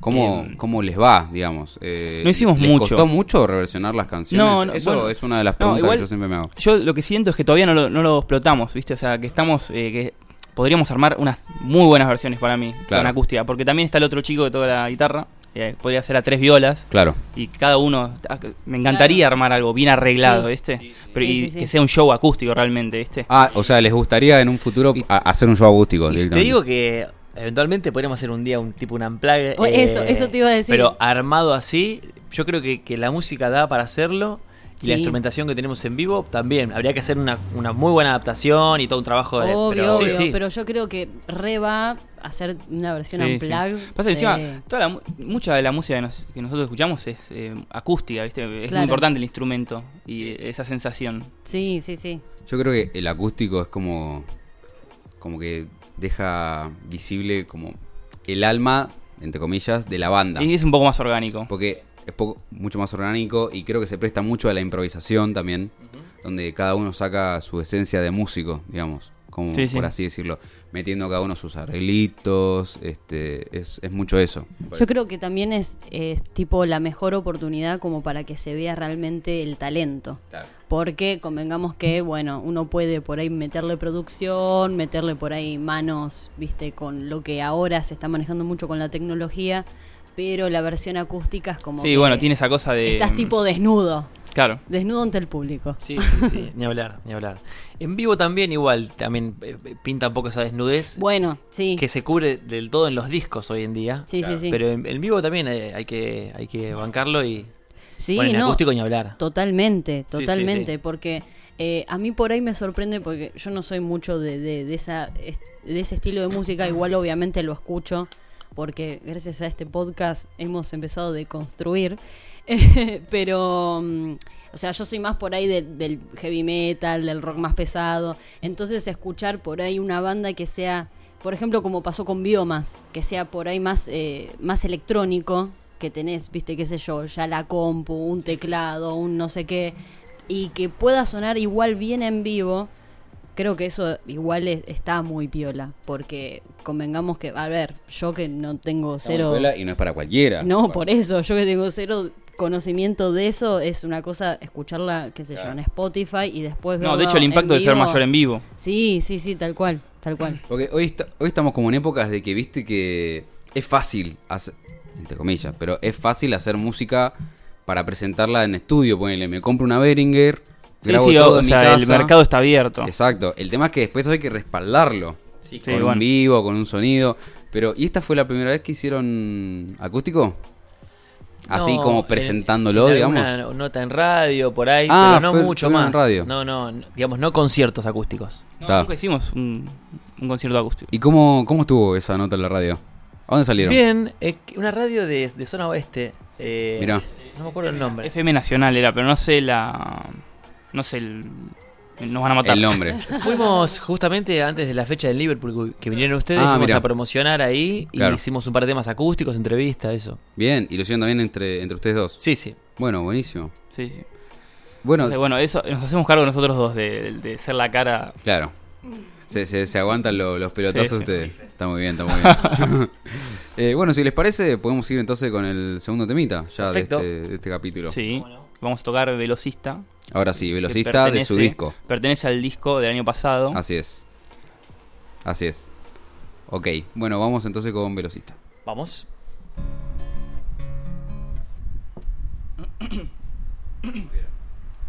A: cómo,
D: Em,
A: cómo les va, digamos? Eh,
D: no hicimos
A: ¿les
D: mucho.
A: costó mucho reversionar las canciones?
D: No, no,
A: Eso
D: bueno,
A: es una de las
D: no,
A: preguntas
D: igual-
A: que yo siempre me hago.
D: Yo lo que siento es que todavía no lo, no lo explotamos, ¿viste? O sea, que estamos. eh, que podríamos armar unas muy buenas versiones para mí,
A: Claro.
D: con acústica, porque también está el otro chico de toda la guitarra, eh, podría ser a tres violas.
A: Claro.
D: Y cada uno, ah, que- me encantaría armar algo bien arreglado,
B: Sí.
D: ¿viste? Pero
B: Sí,
D: y
B: sí, sí.
D: que sea un show acústico realmente, ¿viste?
A: Ah, o sea, ¿les gustaría en un futuro a- hacer un show acústico?
C: Y si te
A: directamente?
C: digo que eventualmente podríamos hacer un día un tipo un eh, unplug.
B: O- Oh, eso- eso te iba a decir.
C: Pero armado así, yo creo que, que la música da para hacerlo Y la
B: Sí.
C: instrumentación que tenemos en vivo también. Habría que hacer una, una muy buena adaptación y todo un trabajo de.
B: obvio,
C: pero,
B: obvio,
C: sí, sí.
B: pero yo creo que re va a hacer una versión
D: Sí,
B: unplugged.
D: sí. Pasa que
B: Sí.
D: encima, toda la mu- mucha de la música que, nos- que nosotros escuchamos es eh, acústica, ¿viste? Es muy
B: Claro.
D: importante el instrumento y eh, esa sensación.
B: Sí, sí, sí.
A: Yo creo que el acústico es como. como que deja visible como el alma, entre comillas, de la banda.
D: Y es un poco más orgánico.
A: Porque es poco- mucho más orgánico y creo que se presta mucho a la improvisación también, donde cada uno saca su esencia de músico, digamos, como
D: Sí, sí.
A: por así decirlo, metiendo cada uno sus arreglitos, este, es, es mucho eso. me
B: Yo
A: parece.
B: creo que también es eh, tipo la mejor oportunidad como para que se vea realmente el talento.
A: Claro.
B: Porque convengamos que, bueno, uno puede por ahí meterle producción, meterle por ahí manos, viste, con lo que ahora se está manejando mucho con la tecnología, pero la versión acústica es como.
D: Sí,
B: que
D: bueno, tiene em, esa cosa de. mm,
B: Estás tipo desnudo,
D: Claro.
B: desnudo ante el público.
C: Sí, sí, sí, ni hablar, ni hablar. En vivo también igual, también eh, pinta un poco esa desnudez
B: Bueno, sí.
C: que se cubre del todo en los discos hoy en día.
B: Sí, sí, sí.
C: Pero en, en vivo también eh, hay que, hay que bancarlo y
B: sí,
C: bueno, en
B: no.
C: acústico ni hablar.
B: Totalmente,
C: sí,
B: totalmente,
C: sí.
B: porque eh, a mí por ahí me sorprende porque yo no soy mucho de, de- de esa, est- de ese estilo de música, igual obviamente lo escucho, porque gracias a este podcast hemos empezado de construir, pero, mm, o sea, yo soy más por ahí de- del heavy metal, del rock más pesado, entonces escuchar por ahí una banda que sea, por ejemplo, como pasó con Biomas, que sea por ahí más, eh, más electrónico, que tenés, viste, qué sé yo, ya la compu, un teclado, un no sé qué, y que pueda sonar igual bien en vivo, creo que eso igual es- está muy piola, porque convengamos que, a ver, yo que no tengo
A: Está muy
B: cero...
A: piola Y no es para cualquiera.
B: No,
A: Bueno,
B: por eso, yo que tengo cero conocimiento de eso, es una cosa escucharla, qué sé yo,
A: Claro.
B: en Spotify y después
D: No, de
B: verlo
D: hecho, el
B: en
D: impacto de ser
B: vivo.
D: mayor en vivo.
B: Sí, sí, sí, tal cual, tal cual.
A: Porque hoy, esta- hoy estamos como en épocas de que viste que es fácil hacer, entre comillas, pero es fácil hacer música para presentarla en estudio. Ponele, me compro una Behringer,
D: Sí,
A: grabo
D: sí,
A: todo
D: o,
A: en mi
D: sea, el
A: casa.
D: mercado está abierto.
A: Exacto. El tema es que después hay que respaldarlo.
D: Sí,
A: con un
D: bueno.
A: vivo, con un sonido. Pero, ¿y esta fue la primera vez que hicieron acústico? Así
C: No,
A: como
C: en-
A: presentándolo,
C: en
A: digamos.
C: alguna nota en radio, por ahí,
A: Ah,
C: pero no
A: fue-
C: mucho
A: tuvieron
C: más.
A: en radio.
C: No, no, no, digamos, no conciertos acústicos.
D: No,
A: Ta.
D: nunca hicimos un, un concierto acústico.
A: ¿Y cómo, cómo estuvo esa nota en la radio? ¿A dónde salieron?
C: Bien, eh, una radio de, de zona oeste. eh,
A: Mirá.
C: No me acuerdo el nombre.
D: FM Nacional era, pero no sé la. No sé, el- nos van a matar.
A: El nombre.
C: Fuimos justamente antes de la fecha del Liverpool que vinieron ustedes,
A: Ah,
C: fuimos
A: mira.
C: a promocionar ahí y
A: Claro.
C: hicimos un par de temas acústicos, entrevistas, eso.
A: Bien, y lo hicieron también entre, entre ustedes dos.
C: Sí, sí.
A: Bueno, buenísimo.
D: Sí, sí.
A: Bueno,
D: O sea, bueno, eso nos hacemos cargo nosotros dos de, de ser la cara.
A: claro. Se, se- se aguantan lo- los pelotazos
D: Sí, sí.
A: ustedes. Está muy bien, está muy bien. Eh, bueno, si les parece, podemos ir entonces con el segundo temita ya de
C: Perfecto.
A: este, de este capítulo.
D: Sí. Vamos a tocar Velocista.
A: Ahora sí,
D: que
A: velocista de su
D: pertenece-
A: disco. Ah,
D: Pertenece al disco del año pasado.
A: Así es. Así es. Ok, bueno, vamos entonces con Velocista.
C: Vamos.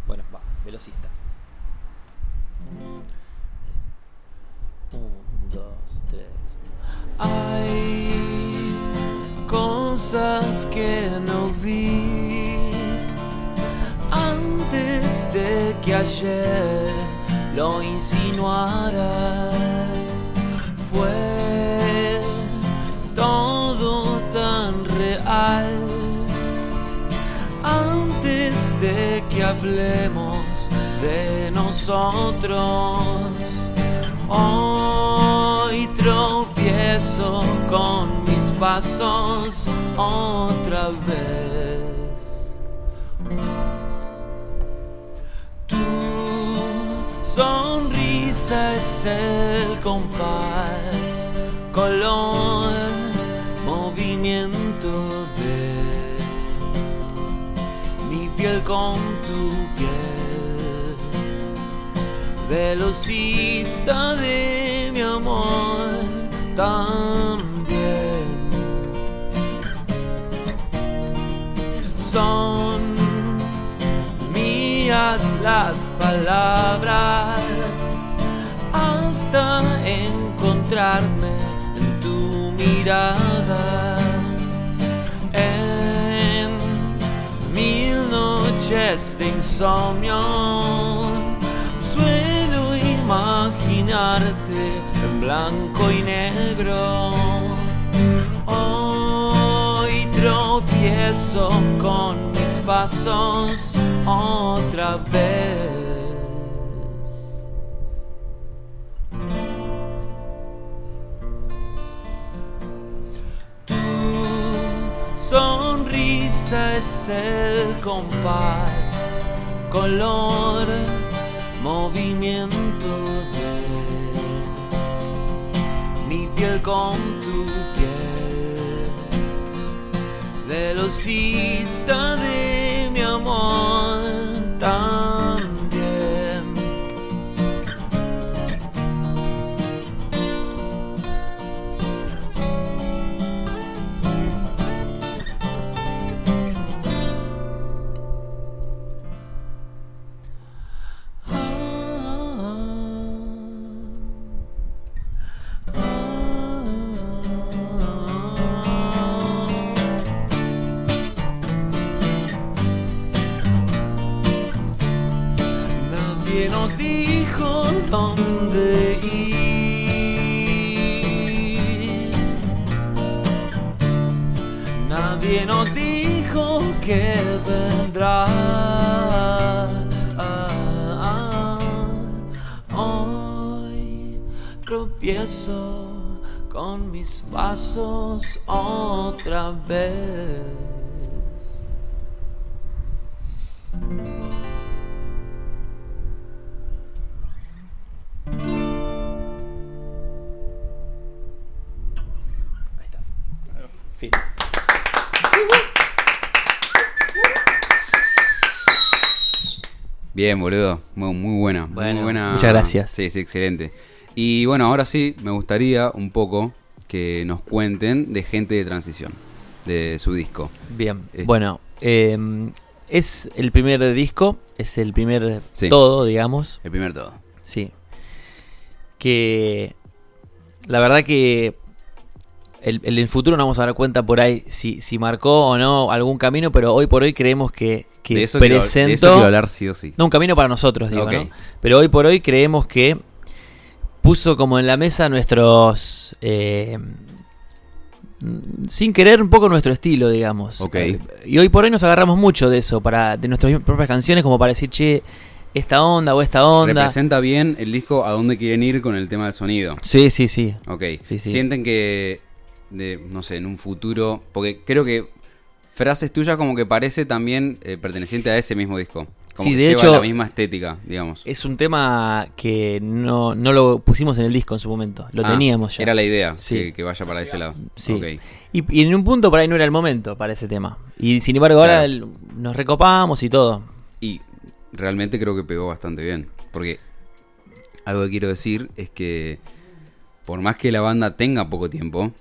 C: bueno, va, velocista. Un, dos, tres. Hay cosas que no vi antes de que ayer lo insinuaras. Fue todo tan real antes de que hablemos de nosotros. Hoy tropiezo con mis pasos otra vez. Tu sonrisa es el compás, color, movimiento de mi piel con tu piel. Velocista de mi amor también. Son mías las palabras hasta encontrarme en tu mirada. En mil noches
E: noches de insomnio suelo imaginarte en blanco y negro. Hoy tropiezo con mis pasos otra vez. Tu sonrisa es el compás, color, movimiento de mi piel con tu piel, velocista de mi amor también. Ah, Nadie nos dijo dónde ir. Nadie nos dijo que vendrá. Hoy tropiezo con mis pasos otra vez.
A: Bien, boludo. Muy, muy buena. muy
C: Bueno,
A: buena-
C: muchas gracias.
A: Sí, sí, excelente. Y bueno, ahora sí, me gustaría un poco que nos cuenten de gente de transición, de su disco.
C: Bien,
A: Eh.
C: bueno, eh, es el primer disco, es el primer
A: Sí.
C: todo, digamos,
A: El primer todo.
C: sí. Que la verdad que el- en el futuro nos vamos a dar cuenta por ahí si, si marcó o no algún camino, pero hoy por hoy creemos que, que
A: de, eso quiero, de eso
C: presento...
A: quiero hablar sí o sí.
C: No, un camino para nosotros, digo,
A: Ok.
C: ¿no? Pero hoy por hoy creemos que puso como en la mesa nuestros... eh, mm, sin querer un poco nuestro estilo, digamos.
A: Ok.
C: Eh, Y hoy por hoy nos agarramos mucho de eso, para de nuestras propias canciones, como para decir, che, esta onda o esta onda.
A: Representa bien el disco a dónde quieren ir con el tema del sonido.
C: Sí, sí, sí.
A: Ok.
C: Sí, sí.
A: Sienten que, de, no sé, en un futuro. Porque creo que frases tuyas como que parece también eh, perteneciente a ese mismo disco. Como
C: Sí,
A: que
C: de
A: lleva
C: hecho- Eh,
A: la misma estética, digamos.
C: Es un tema que no, no lo pusimos en el disco en su momento, lo
A: Ah,
C: teníamos ya.
A: Era la idea,
C: Sí.
A: que, que vaya para ese lado.
C: Sí.
A: Ok.
C: Y, y en un punto por ahí no era el momento para ese tema. Y sin embargo
A: Claro.
C: ahora el- nos recopamos y todo.
A: Y realmente creo que pegó bastante bien. Porque algo que quiero decir es que por más que la banda tenga poco tiempo,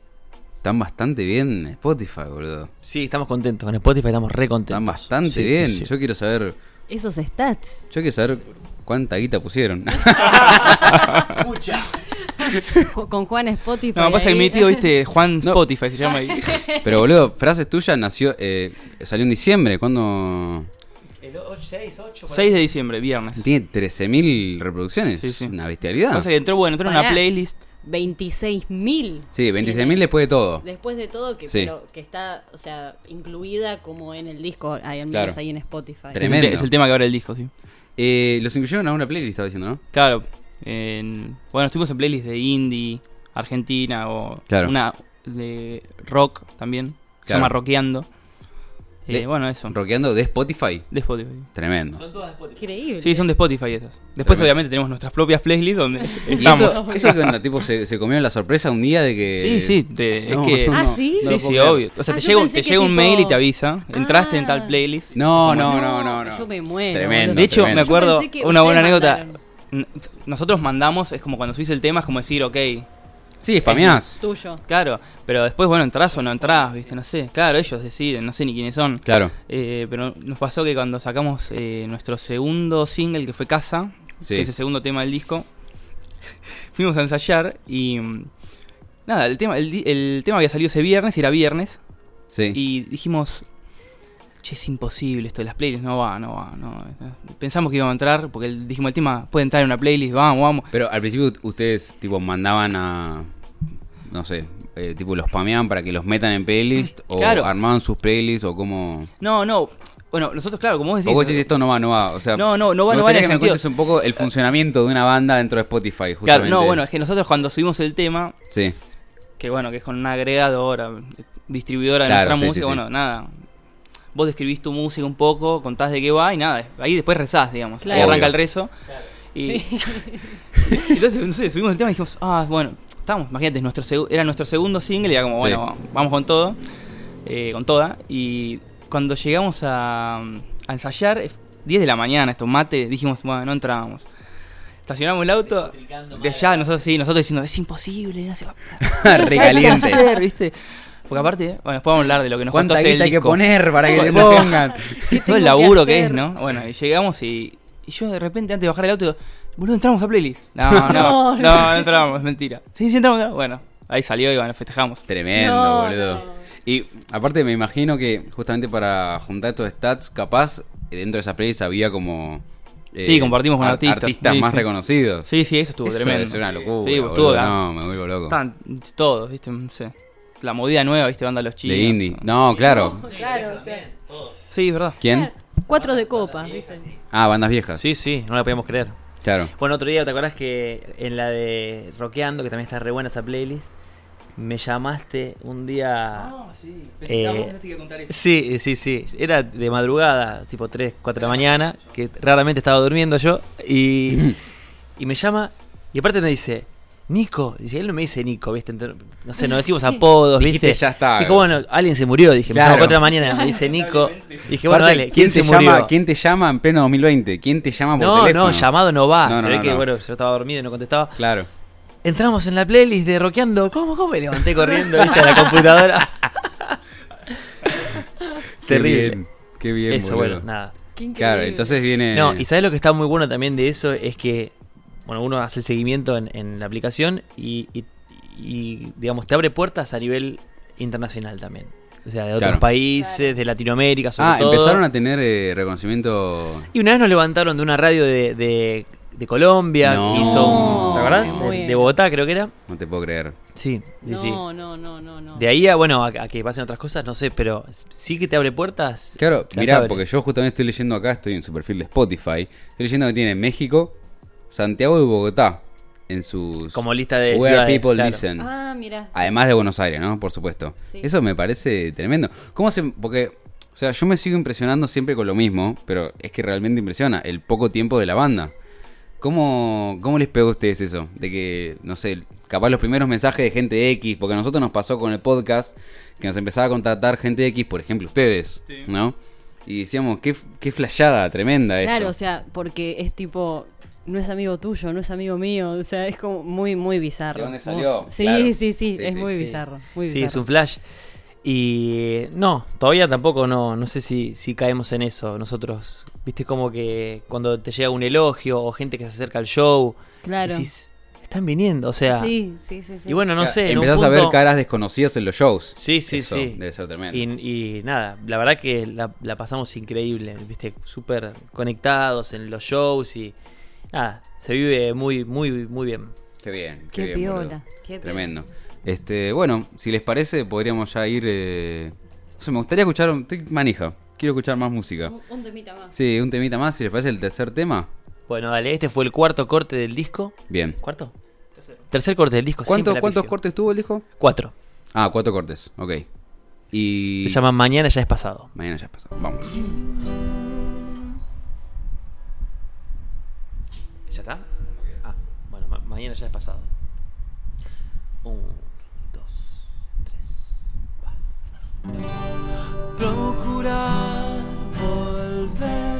A: están bastante bien en Spotify, boludo.
C: Sí, estamos contentos. Con Spotify estamos re contentos.
A: Están bastante
C: Sí, sí,
A: bien.
C: sí.
A: Yo quiero saber,
B: Esos stats.
A: yo quiero saber cuánta guita pusieron.
B: Ju- Con Juan Spotify.
D: No, me pasa que
B: ahí.
D: mi tío, viste, Juan
A: No.
D: Spotify se llama. y-
A: Pero boludo, frases tuyas nació, eh, salió en diciembre, cuando
E: El 6, 8,
D: 6 de diciembre, viernes.
A: tiene 13.000 reproducciones.
D: Sí, sí.
A: Una
D: Lo que
A: bestialidad.
D: Pasa que entró, bueno, entró en
B: Pará.
D: una playlist.
B: 26.000.
A: Sí, 26.000 después de todo.
B: Después de todo, que,
A: Sí.
B: pero que está, o sea, incluida como en el disco, hay al menos
A: Claro.
B: ahí en Spotify.
D: Es el
A: Tremendo.
D: te- Es el tema que abre el disco, sí.
A: Eh, los incluyeron a una playlist, estaba diciendo, ¿no?
D: Claro. en- bueno, estuvimos en playlists de indie, Argentina o
A: Claro.
D: una de rock también. que Se
A: Claro.
D: llama Rockeando. Eh,
A: De-
D: bueno, eso.
A: Roqueando de Spotify.
D: De Spotify.
A: Tremendo.
B: Increíble.
D: Sí, son de Spotify esas. Después,
A: Tremendo.
D: obviamente, tenemos nuestras propias playlists donde
A: Y eso,
D: estamos.
A: eso que onda, tipo, se, se comieron la sorpresa un día de que.
D: Sí, sí, te-
A: No,
D: es que.
A: no,
B: ¿Ah, sí?
A: no
D: sí,
A: lo
D: sí,
A: puedo
D: obvio.
A: creer.
D: O sea,
B: Ah,
D: te
B: yo
D: llega, un-
B: pensé
D: te
B: que
D: llega un
B: tipo-
D: mail y te avisa. Entraste en
B: Ah.
D: tal playlist.
A: No, no, no, no, no.
B: Yo me muero.
A: Tremendo.
D: De hecho, me
A: tremendo.
B: Yo
D: acuerdo
B: pensé que
D: una buena
B: ustedes
D: anécdota.
B: mandaron.
D: N- Nosotros mandamos, es como cuando subís el tema, es como decir, ok,
A: Sí, spameás.
B: Tuyo.
D: claro, pero después, bueno, entras o no entras, viste, no sé. Claro, ellos deciden, no sé ni quiénes son.
A: Claro.
D: Eh, pero nos pasó que cuando sacamos eh, nuestro segundo single, que fue Casa,
A: Sí.
D: que es el segundo tema del disco, fuimos a ensayar y. mm, Nada, el tema, el, di- el tema había salido ese viernes, y era viernes,
A: Sí.
D: y dijimos, che, es imposible esto de las playlists, no va, no va, no. Pensamos que iba a entrar, porque el- dijimos el tema puede entrar en una playlist, vamos, vamos.
A: Pero al principio ut- ustedes tipo mandaban a no sé, eh, tipo los spameaban para que los metan en playlist o
D: Claro.
A: armaban sus playlists o como
D: No, no. Bueno, nosotros, claro, como vos decís.
A: o vos decís esto no va, no va, o sea,
D: No, no, no va,
A: me
D: no va en
A: gustaría
D: el
A: que me
D: sentido-
A: cuentes un poco el funcionamiento de una banda dentro de Spotify
D: claro,
A: justamente.
D: no, bueno, es que nosotros cuando subimos el tema,
A: Sí.
D: que bueno, que es con una agregadora, distribuidora
A: Claro,
D: de nuestra
A: sí, sí,
D: música,
A: sí.
D: bueno, nada. Vos describís tu música un poco, contás de qué va y nada, ahí después rezás, digamos. Ahí
B: Claro.
D: arranca
A: Obvio.
D: el rezo. Y entonces, no sé, subimos el tema y dijimos, ah, bueno, estábamos, imagínate, es nuestro segu- era nuestro segundo single, y era como,
A: Sí.
D: bueno, vamos con todo, eh, con toda. Y cuando llegamos a, a ensayar, es 10 de la mañana, estos mates, dijimos, bueno, no entrábamos. Estacionamos el auto, de allá, nosotros sí, nosotros diciendo, es imposible, no se va
A: Recalientes.
D: ¿Qué hay que hacer, ¿viste? Porque aparte, bueno, después vamos a hablar de lo que nos
A: ¿Cuánta
D: costó hacer el
A: guita hay que
D: disco.
A: poner para que te pongan?
D: Todo
B: tengo
D: el
B: que
D: laburo que,
B: hacer?
D: es, ¿no? Bueno, y llegamos y, y yo de repente antes de bajar el auto digo, boludo, entramos a playlist. No, no, no,
B: No, no.
D: no entramos, mentira. Sí, sí, entramos, entramos. Bueno, ahí salió y bueno, festejamos.
A: Tremendo,
B: No,
A: boludo.
B: no.
A: Y aparte me imagino que justamente para juntar estos stats, capaz eh, dentro de esas playlists había como... eh,
D: Sí, compartimos con artistas.
A: Artistas
D: Sí,
A: más
D: sí.
A: reconocidos.
D: Sí, sí, eso estuvo
A: Eso
D: tremendo.
A: Es una locura.
D: Sí,
A: boludo.
D: estuvo la,
A: No, me vuelvo loco.
D: estaban todos, ¿viste? No sé. La movida nueva, ¿viste? Banda Los Chinos.
A: De indie. No, claro.
B: Claro, o sea,
D: Sí, es verdad.
A: ¿Quién?
B: Cuatro de copa, ¿viste?
A: Ah, bandas viejas.
C: Sí, sí, no la podíamos creer.
A: Claro.
C: Bueno, otro día, ¿te acordás que en la de Roqueando, que también está re buena esa playlist, me llamaste un día...
D: sí.
C: Eh, ah, vos pensaste Sí, eh, sí, sí. Era de madrugada, tipo 3, 4 de la mañana, que raramente estaba durmiendo yo. Y, y me llama, y aparte me dice, Nico. Dice, él no me dice Nico, ¿viste? Entonces, no sé, nos decimos apodos,
A: Dijiste,
C: ¿viste?
A: "Ya está".
C: Dijo, bueno, alguien se murió, dije.
A: Claro.
C: Me llamó 4 de la mañana, me dice Nico. Dije, bueno,
A: Aparte,
C: dale, ¿quién, se
A: te
C: murió?
A: llama, ¿Quién te llama en pleno 2020? ¿Quién te llama por
C: no,
A: teléfono?
C: no, llamado no va.
A: No,
C: se
A: no,
C: ve
A: no,
C: que,
A: no.
C: bueno, yo estaba dormido y no contestaba.
A: Claro.
C: Entramos en la playlist de Roqueando. ¿Cómo, cómo? Y levanté corriendo, ¿viste? A la computadora. Terrible.
A: Qué bien. Qué bien,
C: Eso,
A: boludo.
C: bueno, nada.
B: Qué increíble.
A: Claro, entonces viene...
C: No, y sabes lo que está muy bueno también de eso es que, bueno, uno hace el seguimiento en, en la aplicación y, y- y, digamos, te abre puertas a nivel internacional también. O sea, de otros
A: Claro.
C: países, de Latinoamérica, sobre
A: Ah,
C: todo.
A: empezaron a tener eh, reconocimiento...
C: Y una vez nos levantaron de una radio de, de- de Colombia,
A: No.
C: hizo, un- ¿te acordás?
B: Muy bien.
C: De Bogotá, creo que era.
A: No te puedo creer.
C: Sí, sí, sí.
B: No, no, no, no, no.
C: De ahí a, bueno, a, a que pasen otras cosas, no sé, pero sí que te abre puertas.
A: Claro,
C: Las
A: mirá,
C: abre.
A: porque yo justamente estoy leyendo acá, estoy en su perfil de Spotify, estoy leyendo que tiene México, Santiago y Bogotá en sus...
C: Como lista de
A: Where
C: ciudades,
A: People
C: claro.
A: Listen.
B: Ah, mira.
A: Además de Buenos Aires, ¿no? Por supuesto.
B: Sí.
A: Eso me parece tremendo. ¿Cómo se.? Porque. O sea, yo me sigo impresionando siempre con lo mismo, pero es que realmente impresiona el poco tiempo de la banda. ¿Cómo, cómo les pegó a ustedes eso? De que, no sé, capaz los primeros mensajes de gente X, porque a nosotros nos pasó con el podcast que nos empezaba a contratar gente X, por ejemplo, ustedes, ¿no? Y decíamos, qué, qué flashada tremenda esto.
B: Claro, o sea, porque es tipo, no es amigo tuyo, no es amigo mío, o sea, es como muy, muy bizarro.
A: ¿De dónde salió?
B: Sí,
A: Claro.
B: sí, sí,
A: Sí,
B: es
A: sí,
B: muy
A: sí.
B: bizarro, muy
C: Sí, es
B: bizarro.
C: un flash. Y no, todavía tampoco no, no sé si, si caemos en eso nosotros. Viste como que cuando te llega un elogio o gente que se acerca al show,
B: Claro.
C: decís, están viniendo, o sea.
B: Sí, sí, sí, sí.
C: Y bueno, no
A: O sea,
C: sé, en un
A: Empezás a ver
C: punto-
A: caras desconocidas en los shows.
C: Sí, sí,
A: Eso
C: sí.
A: Debe ser tremendo.
C: Y, y nada, la verdad que la, la pasamos increíble, viste, súper conectados en los shows y nada, se vive muy, muy, muy bien.
A: Qué bien, qué,
B: Qué
A: bien.
B: piola,
A: boludo.
B: qué piola.
A: Tremendo. Este, bueno, si les parece, podríamos ya ir. eh, no sé, me gustaría escuchar. Estoy manija. Quiero escuchar más música.
B: Un- Un temita más.
A: Sí, un temita más. Si les parece el tercer tema,
C: Bueno, dale, este fue el cuarto corte del disco.
A: bien.
C: ¿Cuarto? Tercer corte del disco.
A: ¿Cuánto-
C: siempre la
A: ¿Cuántos
C: pifio.
A: cortes tuvo el disco?
C: Cuatro.
A: Ah, cuatro cortes, ok. Y.
C: Se llama Mañana ya es pasado.
A: Mañana ya pasa. Vamos.
C: ¿Ya está? Ah, bueno, ma- mañana ya es pasado. Un, dos, tres. va.
E: procurar volver.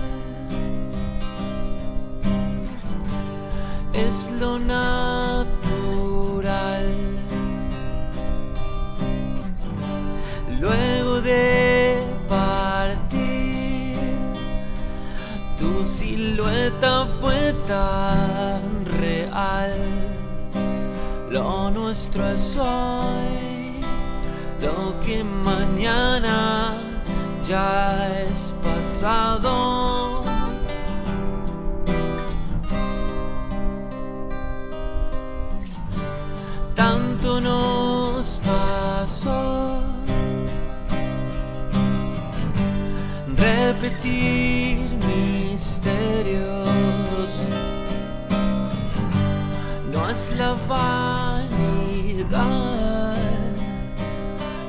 E: Es lo natural. Luego de partir, tu silueta fue tan real. Lo nuestro es hoy lo que mañana
C: ya es pasado. Tanto nos pasó. Repetir misterios no es la vanidad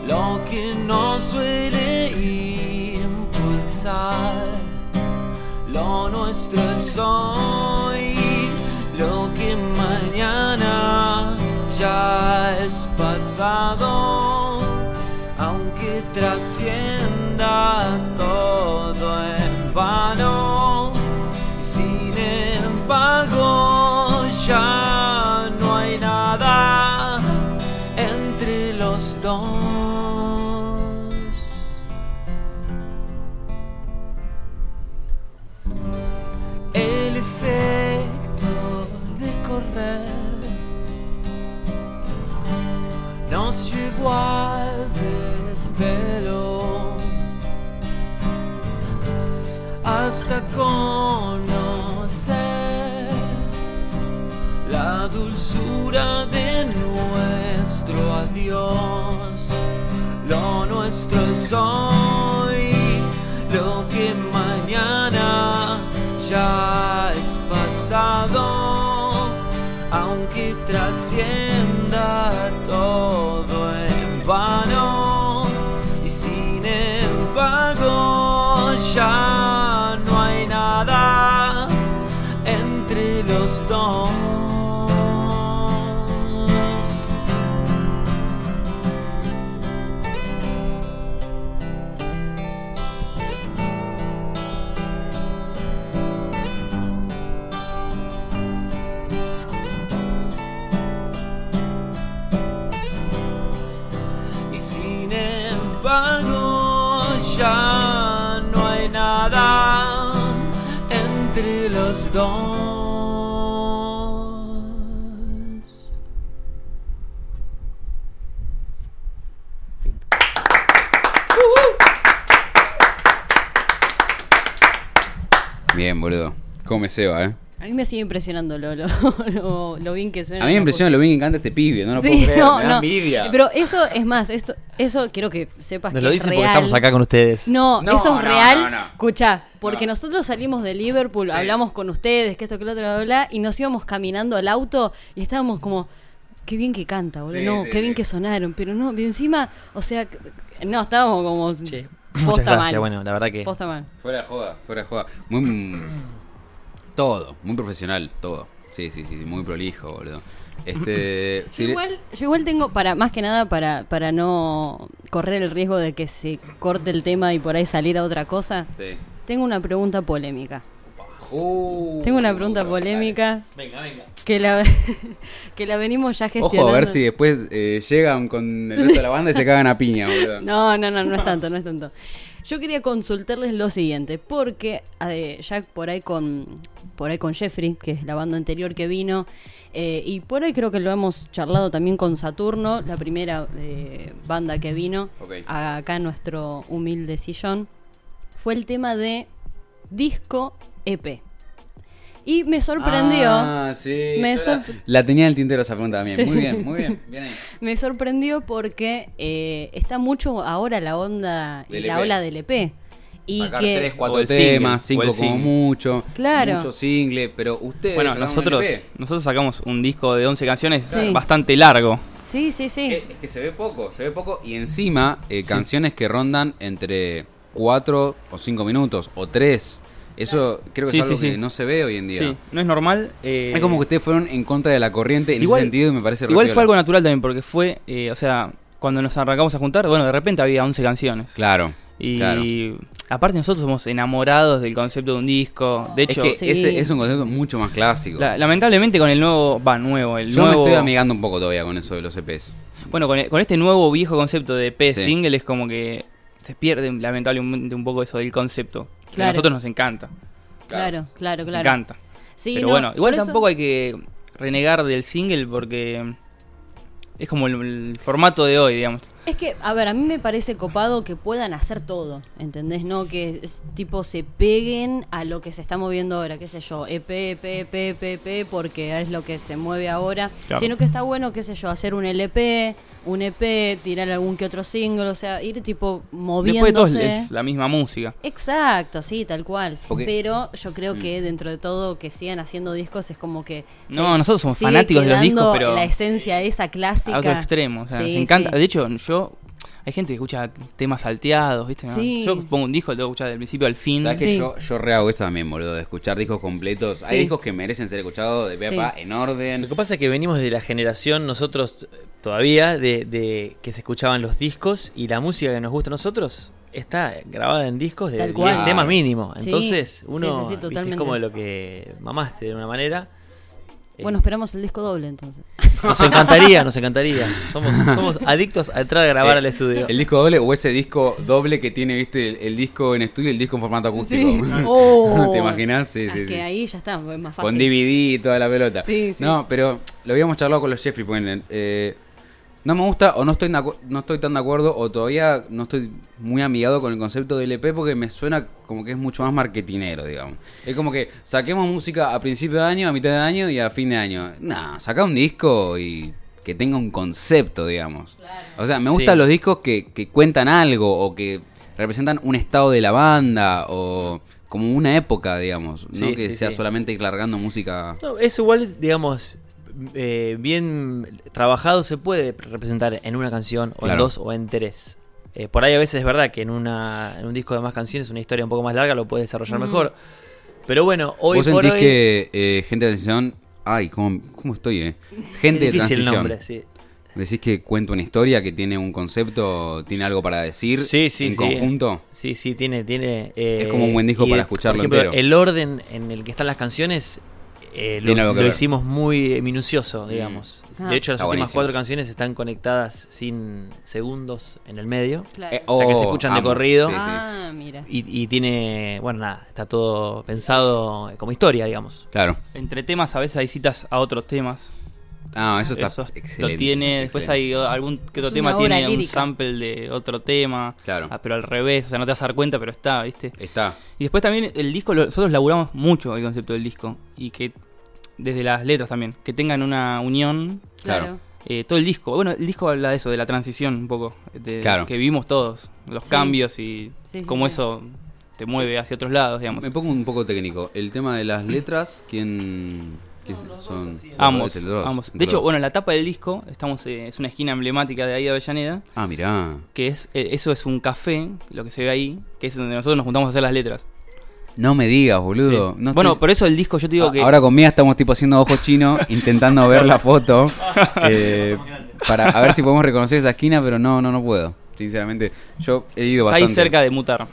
C: lo que nos suele impulsar. Lo nuestro es hoy, lo que mañana ya es pasado, aunque trascienda todo en vano. Sin embargo, ya no hay nada entre los dos. El efecto de correr nos llevó al desvelo hasta conocer la dulzura de nuestro adiós. Lo nuestro es hoy, lo que mañana ya es pasado, aunque trascienda todo en vano y sin embargo ya no hay nada entre los dos. Y sin embargo ya no hay nada entre los dos.
A: Bien, boludo. Come Seba, eh.
B: A mí me sigue impresionando lo, lo, lo- lo bien que suena.
A: A mí me impresiona lo bien que encanta este pibe, no lo puedo
B: Sí,
A: creer,
B: no,
A: me da
B: no.
A: envidia.
B: Pero eso es más, esto, eso quiero que sepas
F: Nos
B: que
F: lo
B: es
F: dicen porque
B: real.
F: estamos acá con ustedes.
B: No,
A: No,
B: eso
A: no,
B: es real.
A: no, no.
B: Escuchá, porque
A: No.
B: nosotros salimos de Liverpool,
A: Sí.
B: hablamos con ustedes, que esto, que lo otro, bla, bla, bla, y nos íbamos caminando al auto y estábamos como, qué bien que canta, boludo.
A: Sí,
B: no,
A: sí,
B: qué bien
A: sí.
B: que sonaron, pero no, y encima, o sea, c- no, estábamos como.
F: Che,
B: posta
F: muchas gracias.
B: mal,
F: Bueno, la verdad que.
B: Posta mal.
A: Fuera de joda, fuera de joda. Muy. mm, todo, muy profesional, todo. Sí, sí, sí, muy prolijo, boludo. Este.
B: Yo
A: sí,
B: igual, yo igual tengo, para más que nada, para, para no correr el riesgo de que se corte el tema y por ahí salir a otra cosa,
A: Sí.
B: tengo una pregunta polémica.
A: Uh,
B: Tengo una pregunta
A: dale.
B: polémica
F: Venga, venga.
B: que la, que la venimos ya gestionando.
A: Ojo, a ver si después eh, llegan con el resto de la banda y se cagan a piña, boludo.
B: No, no, no, no es tanto, no es tanto. Yo quería consultarles lo siguiente, porque eh, ya por ahí con por ahí con Jeffrey, que es la banda anterior que vino, eh, y por ahí creo que lo hemos charlado también con Saturno, la primera eh, banda que vino
A: Ok.
B: a- acá en nuestro humilde sillón, fue el tema de disco EP. Y me sorprendió.
A: Ah, sí.
B: Me
A: yo la,
B: sorpre-
A: la tenía en el tintero esa pregunta también. Muy bien, muy bien. Bien ahí.
B: Me sorprendió porque eh, está mucho ahora la onda y
A: Del
B: la
A: EP.
B: ola del EP. Y
A: Sacar
B: que
A: tres,
D: O
A: cuatro
D: el single,
A: temas,
D: o
A: cinco
D: el
A: como
D: single.
A: mucho.
B: Claro.
A: Mucho single, pero ustedes.
D: Bueno,
A: sacaron un
D: nosotros,
A: LP.
D: nosotros sacamos un disco de 11 canciones
B: Sí.
D: bastante largo.
B: Sí, sí, sí.
A: Eh, Es que se ve poco, se ve poco. Y encima, eh, canciones que rondan entre 4 o 5 minutos o 3. Eso creo que
D: Sí,
A: es algo
D: sí, sí.
A: que no se ve hoy en día.
D: Sí, no es normal. eh,
A: Es como que ustedes fueron en contra de la corriente en ese sentido y me parece re
D: Igual
A: piola.
D: fue algo natural también, porque fue, eh, o sea, cuando nos arrancamos a juntar, bueno, de repente había 11 canciones.
A: Claro.
D: Y
A: claro.
D: aparte nosotros somos enamorados del concepto de un disco. De
A: Es
D: hecho,
A: que
B: Sí.
A: ese es un concepto mucho más clásico.
D: la- lamentablemente con el nuevo, va, nuevo, el
A: Yo me
D: nuevo...
A: estoy amigando un poco todavía con eso de los E EPs.
D: Bueno, con, con este nuevo viejo concepto de EP
A: Sí.
D: single es como que se pierde lamentablemente un poco eso del concepto. Que
B: Claro.
D: a nosotros nos encanta.
B: Claro, claro, claro.
D: Nos encanta.
B: Sí,
D: Pero
B: no,
D: bueno, igual
B: por eso-
D: tampoco hay que renegar del single porque es como el, el formato de hoy, digamos.
B: Es que, a ver, a mí me parece copado que puedan hacer todo, ¿entendés? No que es- tipo se peguen a lo que se está moviendo ahora, qué sé yo, E EP, EP, EP, EP, EP, porque es lo que se mueve ahora,
D: Claro.
B: sino que está bueno, qué sé yo, hacer un LP, un EP, tirar algún que otro single, o sea, ir tipo
D: Después de todo es-
B: moviéndose.
D: es la misma música.
B: Exacto, sí, tal cual.
A: Porque-
B: Pero yo creo que dentro de todo que sigan haciendo discos es como que...
D: Mm. No,
B: se-
D: nosotros somos
B: sigue
D: fanáticos de los discos,
B: quedando
D: pero-
B: La esencia esa clásica.
D: A otro extremo, o sea,
B: Sí,
D: nos encanta.
B: sí.
D: De hecho, yo. Hay gente que escucha temas salteados, ¿viste? ¿no?
B: Sí.
D: Yo pongo un disco, lo escuchar del principio al fin.
A: ¿Sabes que
B: Mm, Sí.
A: yo, yo rehago eso también, boludo? De escuchar discos completos. Hay
B: Sí.
A: discos que merecen ser escuchados de pe a
B: Sí.
A: pa, en
C: Lo
A: orden.
C: que pasa es que venimos de la generación, nosotros eh, todavía, de, de que se escuchaban los discos y la música que nos gusta a nosotros está grabada en discos de
B: Tal
C: 10
B: cual.
C: temas mínimo.
B: Sí,
C: Entonces,
B: sí, sí,
C: uno
B: sí,
C: viste, es
B: totalmente.
C: como lo que mamaste de una manera. Eh,
B: Bueno, esperamos el disco doble entonces.
C: nos encantaría, nos encantaría. Somos, somos adictos a entrar a grabar al estudio.
A: El disco doble o ese disco doble que tiene, viste, el, el disco en estudio y el disco en formato acústico.
B: Oh.
A: ¿Te imaginás? Sí,
B: Ah,
A: sí,
B: es
A: sí.
B: que ahí ya está, es más fácil.
A: Con DVD y toda la pelota.
B: Sí, sí.
A: No, pero lo habíamos charlado con los Jeffrey, ponele, eh, no me gusta o no estoy, en acu- no estoy tan de acuerdo o todavía no estoy muy amigado con el concepto del EP porque me suena como que es mucho más marketinero, digamos. Es como que saquemos música a principio de año, a mitad de año y a fin de año. Nah, saca un disco y que tenga un concepto, digamos. O sea, me gustan
C: Sí.
A: los discos que, que cuentan algo o que representan un estado de la banda o como una época, digamos. No
C: Sí,
A: que
C: sí,
A: sea
C: sí.
A: solamente ir largando música.
C: No, es igual, digamos, eh, bien trabajado se puede representar en una canción, o en
A: Claro.
C: dos, o en tres. Eh, por ahí a veces es verdad que en, una, en un disco de más canciones, una historia un poco más larga, lo puedes desarrollar mejor. Pero bueno, hoy
A: ¿Vos
C: por
A: sentís
C: hoy
A: que eh, gente de transición... Ay, ¿cómo, cómo estoy, eh?
C: es
A: Gente de
C: difícil el
A: transición.
C: nombre, sí.
A: Decís que cuenta una historia, que tiene un concepto, tiene algo para decir
C: Sí, sí,
A: en
C: sí.
A: conjunto.
C: Sí, sí, tiene... tiene eh,
A: Es como un buen disco
C: y,
A: para
C: eh,
A: escucharlo
C: por ejemplo,
A: entero.
C: El orden en el que están las canciones eh, lo,
A: Tiene algo que
C: lo
A: ver. Mm.
C: hicimos muy eh, minucioso, digamos.
B: Ah.
C: De hecho, las
A: Está
C: últimas
A: buenísimo.
C: cuatro canciones están conectadas sin segundos en el medio.
B: Claro.
A: Eh,
C: O sea, que se
A: Oh,
C: escuchan de
A: amo.
C: corrido.
A: Sí, sí.
B: ah, mira.
C: Y, y tiene, bueno, nada, está todo pensado como historia, digamos.
A: Claro.
D: Entre temas a veces hay citas a otros temas.
A: Ah, eso está
D: Eso
A: excelente.
D: lo tiene, después
A: excelente.
D: hay o- algún que
B: Es
D: otro
B: una
D: tema
B: obra
D: tiene un
B: lírica.
D: sample de otro tema.
A: Claro.
D: Ah, pero al revés, o sea, no te vas a dar cuenta, pero está, ¿viste?
A: Está.
D: Y después también el disco, lo- nosotros laburamos mucho el concepto del disco. Y que, desde las letras también, que tengan una unión
A: Claro.
B: Claro.
D: eh, todo el disco. Bueno, el disco habla de eso, de la transición un poco, de
A: Claro.
D: que vivimos todos, los
B: Sí.
D: cambios y
B: Sí, sí,
D: cómo
B: sí.
D: eso te mueve hacia otros lados, digamos.
A: Me pongo un poco técnico. El tema de las letras, ¿quién, quién son?
D: Ambos,
A: Es el Dross,
D: ambos.
A: el
D: De hecho,
A: Dross.
D: bueno, la tapa del disco, estamos eh, es una esquina emblemática de ahí de Avellaneda,
A: Ah, mirá.
D: que es eh, eso es un café, lo que se ve ahí, que es donde nosotros nos juntamos a hacer las letras.
A: No me digas, boludo.
D: Sí.
A: No
D: bueno,
A: estoy-
D: por eso el disco yo te digo
A: A-
D: que
A: Ah, Ahora con Mía estamos tipo haciendo ojo chino, intentando ver la foto. eh, para a ver si podemos reconocer esa esquina, pero no, no, no puedo. Sinceramente, yo he ido
D: está
A: bastante.
D: ahí cerca de mutar.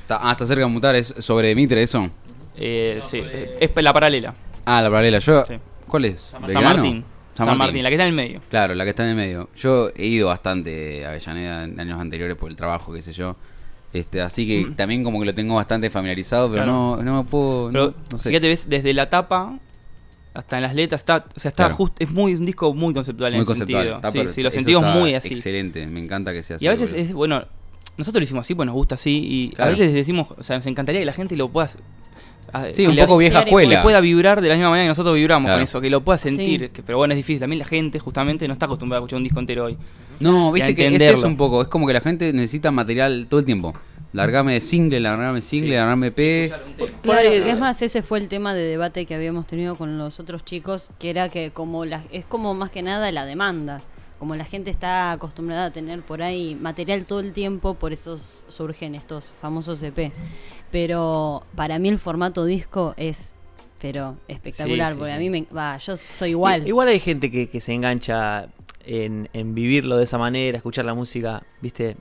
A: Está, ah, está cerca de mutar, es sobre Mitre eso.
D: Eh, sí, es es la paralela.
A: Ah, la paralela. Yo,
D: Sí.
A: ¿Cuál es?
D: San
A: ¿Belgrano?
D: Martín. San Martín. la que está en el medio.
A: Claro, la que está en el medio. Yo he ido bastante a Avellaneda en años anteriores por el trabajo, qué sé yo. Este, así que también como que lo tengo bastante familiarizado, pero
D: Mm. Claro.
A: no, no me puedo...
D: Pero
A: no, no sé.
D: fíjate, ves, desde la tapa hasta en las letras, está, o sea, está
A: Claro.
D: justo, es muy un disco muy conceptual en
A: muy
D: ese
A: conceptual.
D: sentido.
A: está
D: Sí,
A: per-
D: sí, los
A: eso
D: sentidos
A: está
D: muy así.
A: Excelente, me encanta que sea así.
D: Y a veces
A: boludo.
D: es, bueno, nosotros lo hicimos así, pues nos gusta así, y
A: Claro.
D: a veces decimos, o sea, nos encantaría que la gente lo pueda... a-
A: Sí,
D: que
A: un
D: la-
A: poco vieja
B: apreciar y poder-
A: escuela.
D: que pueda vibrar de la misma manera que nosotros vibramos
A: Claro.
D: con eso, que lo pueda sentir,
B: Sí.
D: que- pero bueno, es difícil. También la gente justamente no está acostumbrada a escuchar un disco entero hoy.
A: No,
D: y
A: viste
D: a
A: que es
D: entenderlo.
A: eso un poco. Es como que la gente necesita material todo el tiempo. Largame single, largame single, largame P.
B: Claro,
C: eh,
B: que es más, ese fue el tema de debate que habíamos tenido con los otros chicos, que era que como la, es como más que nada la demanda, como la gente está acostumbrada a tener por ahí material todo el tiempo, por eso s- surgen estos famosos EP. Pero para mí el formato disco es, pero espectacular,
C: Sí, sí,
B: porque a
C: sí.
B: mí me, va, yo soy igual.
C: I- igual hay gente que, que se engancha en, en vivirlo de esa manera, escuchar la música, ¿viste?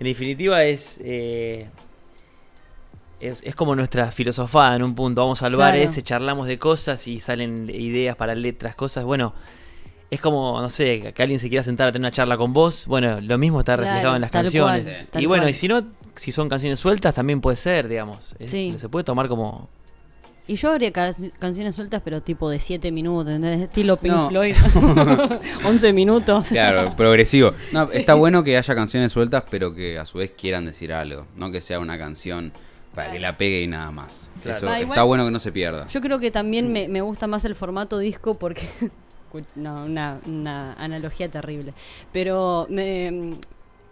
C: En definitiva es... eh, es, es como nuestra filosofada en un punto. Vamos al bar
B: Claro.
C: ese, charlamos de cosas y salen ideas para letras, cosas. Bueno, es como, no sé, que alguien se quiera sentar a tener una charla con vos. Bueno, lo mismo está
B: Claro,
C: reflejado en las
B: tal
C: canciones.
B: cual, tal
C: y bueno,
B: cual.
C: y si no, si son canciones sueltas, también puede ser, digamos. Es-
B: Sí.
C: Se puede tomar como
B: Y yo habría ca- canciones sueltas, pero tipo de 7 minutos, ¿entendés? Estilo Pink
A: No.
B: Floyd. 11 minutos.
A: Claro, progresivo. No, Está bueno que haya canciones sueltas, pero que a su vez quieran decir algo. No que sea una canción para que la pegue y nada más.
C: Claro.
A: Eso
B: Ah,
A: está
B: igual-
A: bueno que no se pierda.
B: Yo creo que
A: Mm.
B: también me, me gusta más el formato disco porque. Escu- No, una, una analogía terrible. Pero me,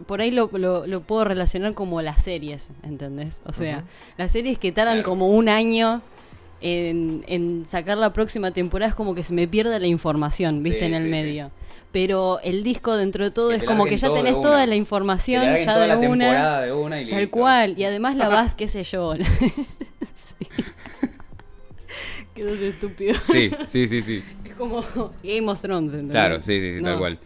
B: por ahí lo, lo- lo puedo relacionar como las series, ¿entendés? O sea, las series que tardan
A: Claro.
B: como un año. En, en sacar la próxima temporada es como que se me pierde la información, viste,
A: Sí,
B: en el
A: sí,
B: medio. Pero el disco dentro de todo
A: Que
B: es
A: te
B: como que
A: larguen
B: ya
A: todo de
B: tenés
A: una.
B: toda la
A: Que
B: información,
A: le hagan
B: ya
A: toda
B: de
A: la
B: una.
A: temporada de una y
B: Tal
A: listo.
B: cual, y además la vas, qué sé yo. Sí. Qué dos estúpido.
A: Sí, sí, sí, sí.
B: Es como Game of Thrones, ¿entendés?
A: Claro, sí, sí, sí, tal
B: No.
A: cual.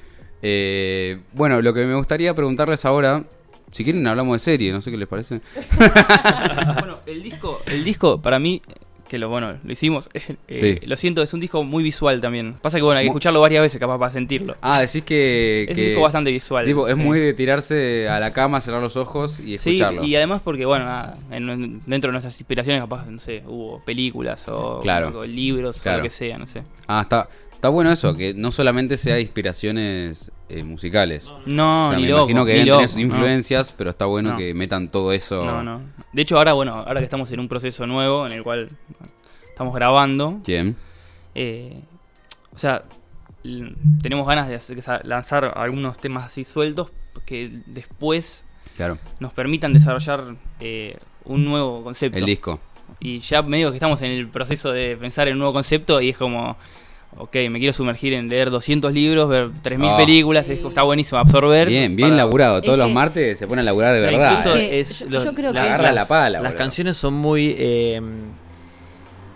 A: Eh, bueno, lo que me gustaría preguntarles ahora, si quieren hablamos de serie, no sé qué les parece.
D: bueno, el disco, el disco para mí, que lo bueno, lo hicimos, eh,
A: Sí.
D: lo siento, es un disco muy visual también. Pasa que bueno, hay que
A: Mu-
D: escucharlo varias veces capaz para sentirlo.
A: Ah, decís que...
D: es
A: que-
D: un disco bastante visual.
A: tipo, es
D: sí.
A: muy de tirarse a la cama, cerrar los ojos y
D: Sí,
A: escucharlo.
D: y además porque, bueno, nada, en- en- dentro de nuestras inspiraciones capaz, no sé, hubo películas o,
A: Claro.
D: o libros o
A: Claro.
D: lo que sea, no sé.
A: Ah, está, está bueno eso, que no solamente sea inspiraciones eh, musicales.
D: No,
A: O sea,
D: ni
A: me
D: loco,
A: imagino que
D: ni
A: deben
D: loco,
A: tener sus
D: no.
A: influencias, pero está bueno
D: No.
A: que metan todo eso.
D: No, no. De hecho, ahora, bueno, ahora que estamos en un proceso nuevo en el cual estamos grabando,
A: ¿Quién?
D: eh, o sea, l- tenemos ganas de hacer- que sa- lanzar algunos temas así sueltos que después
A: Claro,
D: nos permitan desarrollar eh, un nuevo concepto.
A: el disco.
D: Y ya medio que estamos en el proceso de pensar en un nuevo concepto y es como, ok, me quiero sumergir en leer 200 libros, ver 3.000
A: Ah.
D: películas, es- está buenísimo absorber.
A: Bien, bien
D: para-
A: laburado. Todos
B: Es
A: los
B: que-
A: martes se pone a laburar de
C: No,
A: verdad.
C: Incluso
A: eh.
B: Es que
C: es
B: yo-
C: lo-
B: yo creo
C: la-
B: que-
A: Agarra la pala,
C: Las
A: boludo.
C: canciones son muy eh,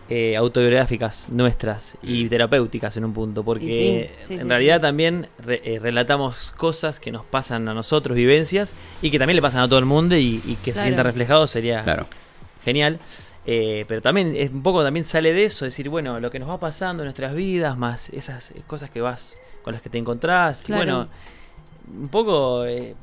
C: eh, autobiográficas nuestras
A: Mm.
C: y terapéuticas en un punto, porque
B: sí, sí,
C: en
B: sí,
C: realidad
B: sí.
C: también re- eh, relatamos cosas que nos pasan a nosotros, vivencias, y que también le pasan a todo el mundo y, y que se
B: Claro.
C: sienta reflejado sería
A: Claro.
C: genial. Eh, pero también es un poco también sale de eso, es decir, bueno, lo que nos va pasando en nuestras vidas, más esas eh, cosas que vas con las que te encontrás, y
B: Claro.
C: bueno, un poco eh,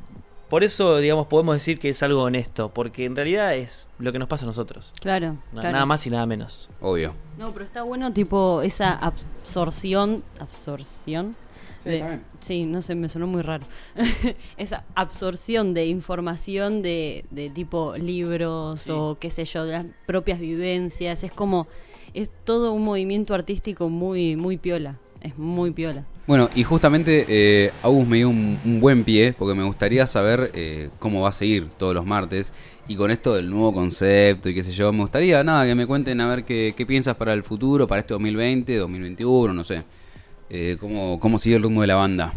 C: por eso digamos podemos decir que es algo honesto, porque en realidad es lo que nos pasa a nosotros,
B: Claro,
C: Na-
B: claro.
C: nada más y nada menos.
A: Obvio.
B: No, pero está bueno, tipo, esa absorción. ¿Absorción?
A: Sí,
B: De-
A: está bien.
B: sí, no sé, me sonó muy raro. Esa absorción de información de, de tipo libros o qué sé yo, de las propias vivencias. Es como. Es todo un movimiento artístico muy, muy piola. Es muy piola.
A: Bueno, y justamente eh, Agus me dio un, un buen pie, porque me gustaría saber eh, cómo va a seguir todos los martes. Y con esto del nuevo concepto y qué sé yo, me gustaría nada que me cuenten a ver qué, qué piensas para el futuro, para este 2020, 2021, no sé. Eh, cómo, ¿Cómo sigue el ritmo de la banda?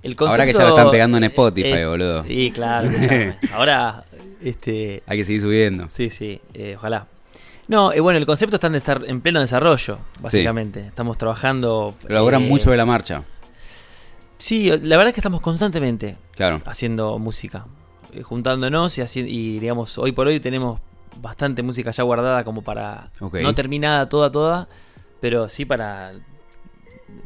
C: El
A: Ahora que ya lo están pegando en Spotify, boludo.
C: Y claro, escuchame. ahora este
A: Hay que seguir subiendo.
C: Sí, sí, eh, ojalá. No, eh, bueno, el concepto está en, desar- en pleno desarrollo, básicamente. Estamos trabajando.
A: Lo laburan
C: eh,
A: mucho de la marcha.
C: Sí, la verdad es que estamos constantemente
A: Claro.
D: ah.
C: haciendo música, eh, juntándonos y, haci- y digamos, hoy por hoy tenemos bastante música ya guardada como para...
A: Ok.
C: No terminada toda, toda, pero sí para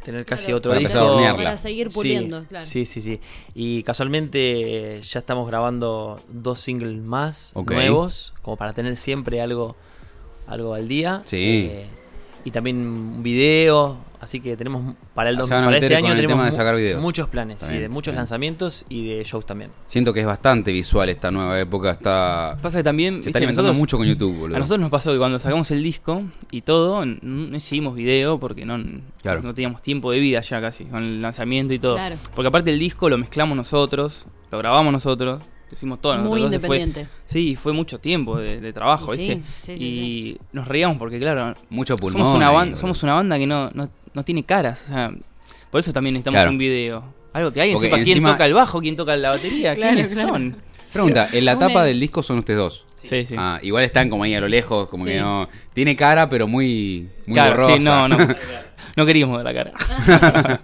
C: tener casi
B: Claro,
C: otro
A: Para
C: disco.
A: empezar a hornearla.
B: Para seguir
C: Sí,
B: puliendo, claro.
C: Sí, sí, sí. Y casualmente eh, ya estamos grabando dos singles más
A: Ok.
C: nuevos, como para tener siempre algo, algo al día. Eh,
A: Sí.
C: y también un video. Así que tenemos para el
A: Ah,
C: dos-
A: se van a
C: para
A: meter
C: este
A: con
C: año
A: el
C: tenemos
A: tema de
C: mu-
A: sacar videos.
C: muchos planes,
A: Está
C: sí,
A: bien,
C: de muchos
A: está bien.
C: lanzamientos y de shows también.
A: Siento que es bastante visual esta nueva época. Está,
D: Pasa que también,
A: se está
D: viste,
A: alimentando
D: nosotros-
A: mucho con YouTube, boludo.
D: A nosotros nos pasó que cuando sacamos el disco y todo, n- no hicimos video porque no,
A: Claro.
D: no teníamos tiempo de vida ya casi, con el lanzamiento y todo.
B: Claro.
D: Porque aparte el disco lo mezclamos nosotros, lo grabamos nosotros, lo hicimos todo nosotros.
B: Muy
D: entonces fue-
B: independiente.
D: sí, fue mucho tiempo de, de trabajo,
B: Y sí,
D: ¿viste?
B: sí, sí,
D: y nos reíamos porque, claro,
A: Mucho pulmón.
D: somos, una
A: ahí,
D: banda,
A: boludo.
D: somos una banda que no, no, no tiene caras. O sea, por eso también necesitamos
A: Claro.
D: un video. Algo que alguien
A: Porque
D: sepa
A: encima-
D: quién toca el bajo, quién toca la batería,
B: Claro,
D: quiénes
B: claro.
D: son.
A: Pregunta, en la
B: Una-
A: tapa del disco son ustedes dos.
D: Sí, sí.
A: Ah, igual están como ahí a lo lejos, como
B: Sí.
A: que no. Tiene cara, pero muy, muy
D: claro, sí,
A: borrosa.
D: no, no. No queríamos ver la cara.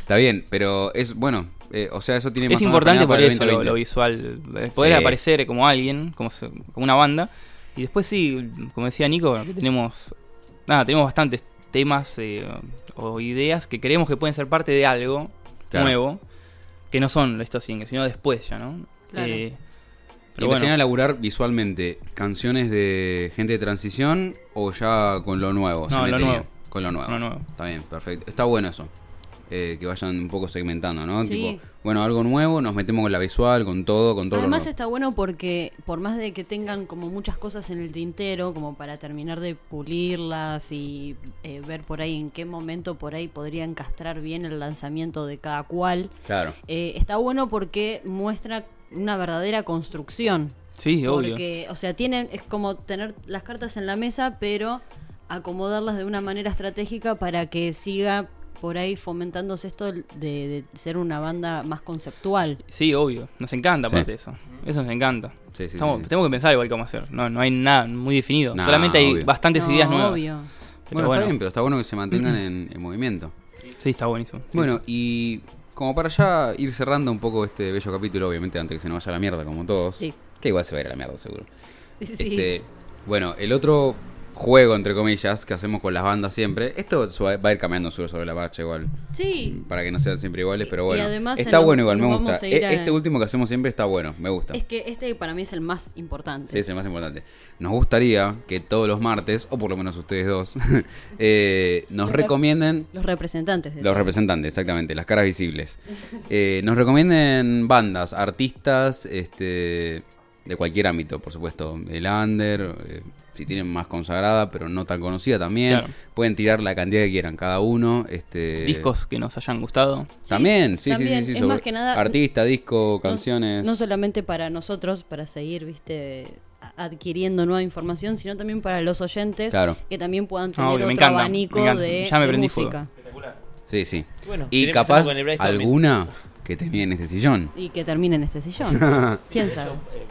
A: Está bien, pero es bueno. eh, o sea, eso tiene más
D: Es
A: o menos
D: importante
A: planeado
D: por
A: para el
D: eso lo,
A: 2020.
D: lo visual. eh, Poder
A: Sí.
D: aparecer como alguien, como, se- como una banda. Y después sí, como decía Nico, bueno, que tenemos. Nada, tenemos bastantes temas eh, o ideas que creemos que pueden ser parte de algo
A: Claro.
D: nuevo. Que no son estos singles, sino después ya, ¿no?
B: Claro.
D: Eh,
A: Pero
D: Pero bueno.
A: a laburar visualmente canciones de gente de transición o ya con lo nuevo? se
D: No, lo
A: metería?
D: nuevo.
A: Con lo nuevo.
D: Lo nuevo.
A: Está bien, perfecto. Está bueno eso. Eh, que vayan un poco segmentando, ¿no?
B: Sí.
A: Tipo, bueno, algo nuevo, nos metemos con la visual, con todo, con todo. lo
B: Además
A: nuevo.
B: está bueno porque por más de que tengan como muchas cosas en el tintero, como para terminar de pulirlas y eh, ver por ahí en qué momento por ahí podría encastrar bien el lanzamiento de cada cual,
A: Claro.
B: eh, está bueno porque muestra una verdadera construcción.
D: Sí, obvio.
B: Porque, o sea, tienen, es como tener las cartas en la mesa, pero acomodarlas de una manera estratégica para que siga por ahí fomentándose esto de, de ser una banda más conceptual.
D: Sí, obvio. Nos encanta
A: Sí.
D: aparte eso. Eso nos encanta.
A: Sí, sí, sí,
D: Estamos-
A: sí.
D: Tenemos que pensar igual cómo hacer. No, no hay nada muy definido.
A: Nah,
D: Solamente hay
A: obvio.
D: bastantes
B: No,
D: ideas nuevas.
B: obvio.
D: Pero
A: Bueno,
D: bueno.
A: está bien, pero está bueno que se mantengan en, en movimiento.
D: Sí, está buenísimo. Sí,
A: Bueno, y como para ya ir cerrando un poco este bello capítulo, obviamente antes que se nos vaya a la mierda, como todos.
B: Sí.
A: Que igual se va a ir a la mierda, seguro.
B: Sí,
A: Este, bueno, el otro juego, entre comillas, que hacemos con las bandas siempre, esto su- va a ir cambiando sobre, sobre la marcha igual,
B: Sí,
A: para que no sean siempre iguales, pero
B: Y- y
A: bueno.
B: además
A: está
B: nos-
A: bueno igual, me
B: nos
A: gusta.
B: vamos a ir
A: E-
B: a-
A: Este último que hacemos siempre está bueno, me gusta.
B: es que este para mí es el más importante.
A: Sí, es el más importante. Nos gustaría que todos los martes, o por lo menos ustedes dos, eh, nos
B: Los rep-
A: recomienden
B: Los representantes de
A: los representantes, exactamente, las caras visibles. Eh, nos recomienden bandas, artistas, este, de cualquier ámbito, por supuesto. El under, eh, si tienen más consagrada, pero no tan conocida también.
D: Claro.
A: Pueden tirar la cantidad que quieran cada uno. Este,
D: Discos que nos hayan gustado.
A: También, sí, sí,
B: también,
A: sí, sí,
B: es
A: sobre-
B: más que nada-
A: Artista, disco,
B: No-
A: canciones.
B: No, solamente para nosotros, para seguir, viste, a- adquiriendo nueva información, sino también para los oyentes
A: Claro.
B: que también puedan
D: Ah,
B: tener
D: obvio,
B: otro
D: me encanta,
B: abanico
D: me encanta.
B: de,
D: Ya me
B: de
D: prendí
B: música.
A: Sí, sí.
E: Bueno,
A: Y
E: empezamos
A: capaz
E: con el brainstorming.
A: alguna que termine en este sillón.
B: Y que termine en este sillón. ¿Quién sabe?
C: Eh,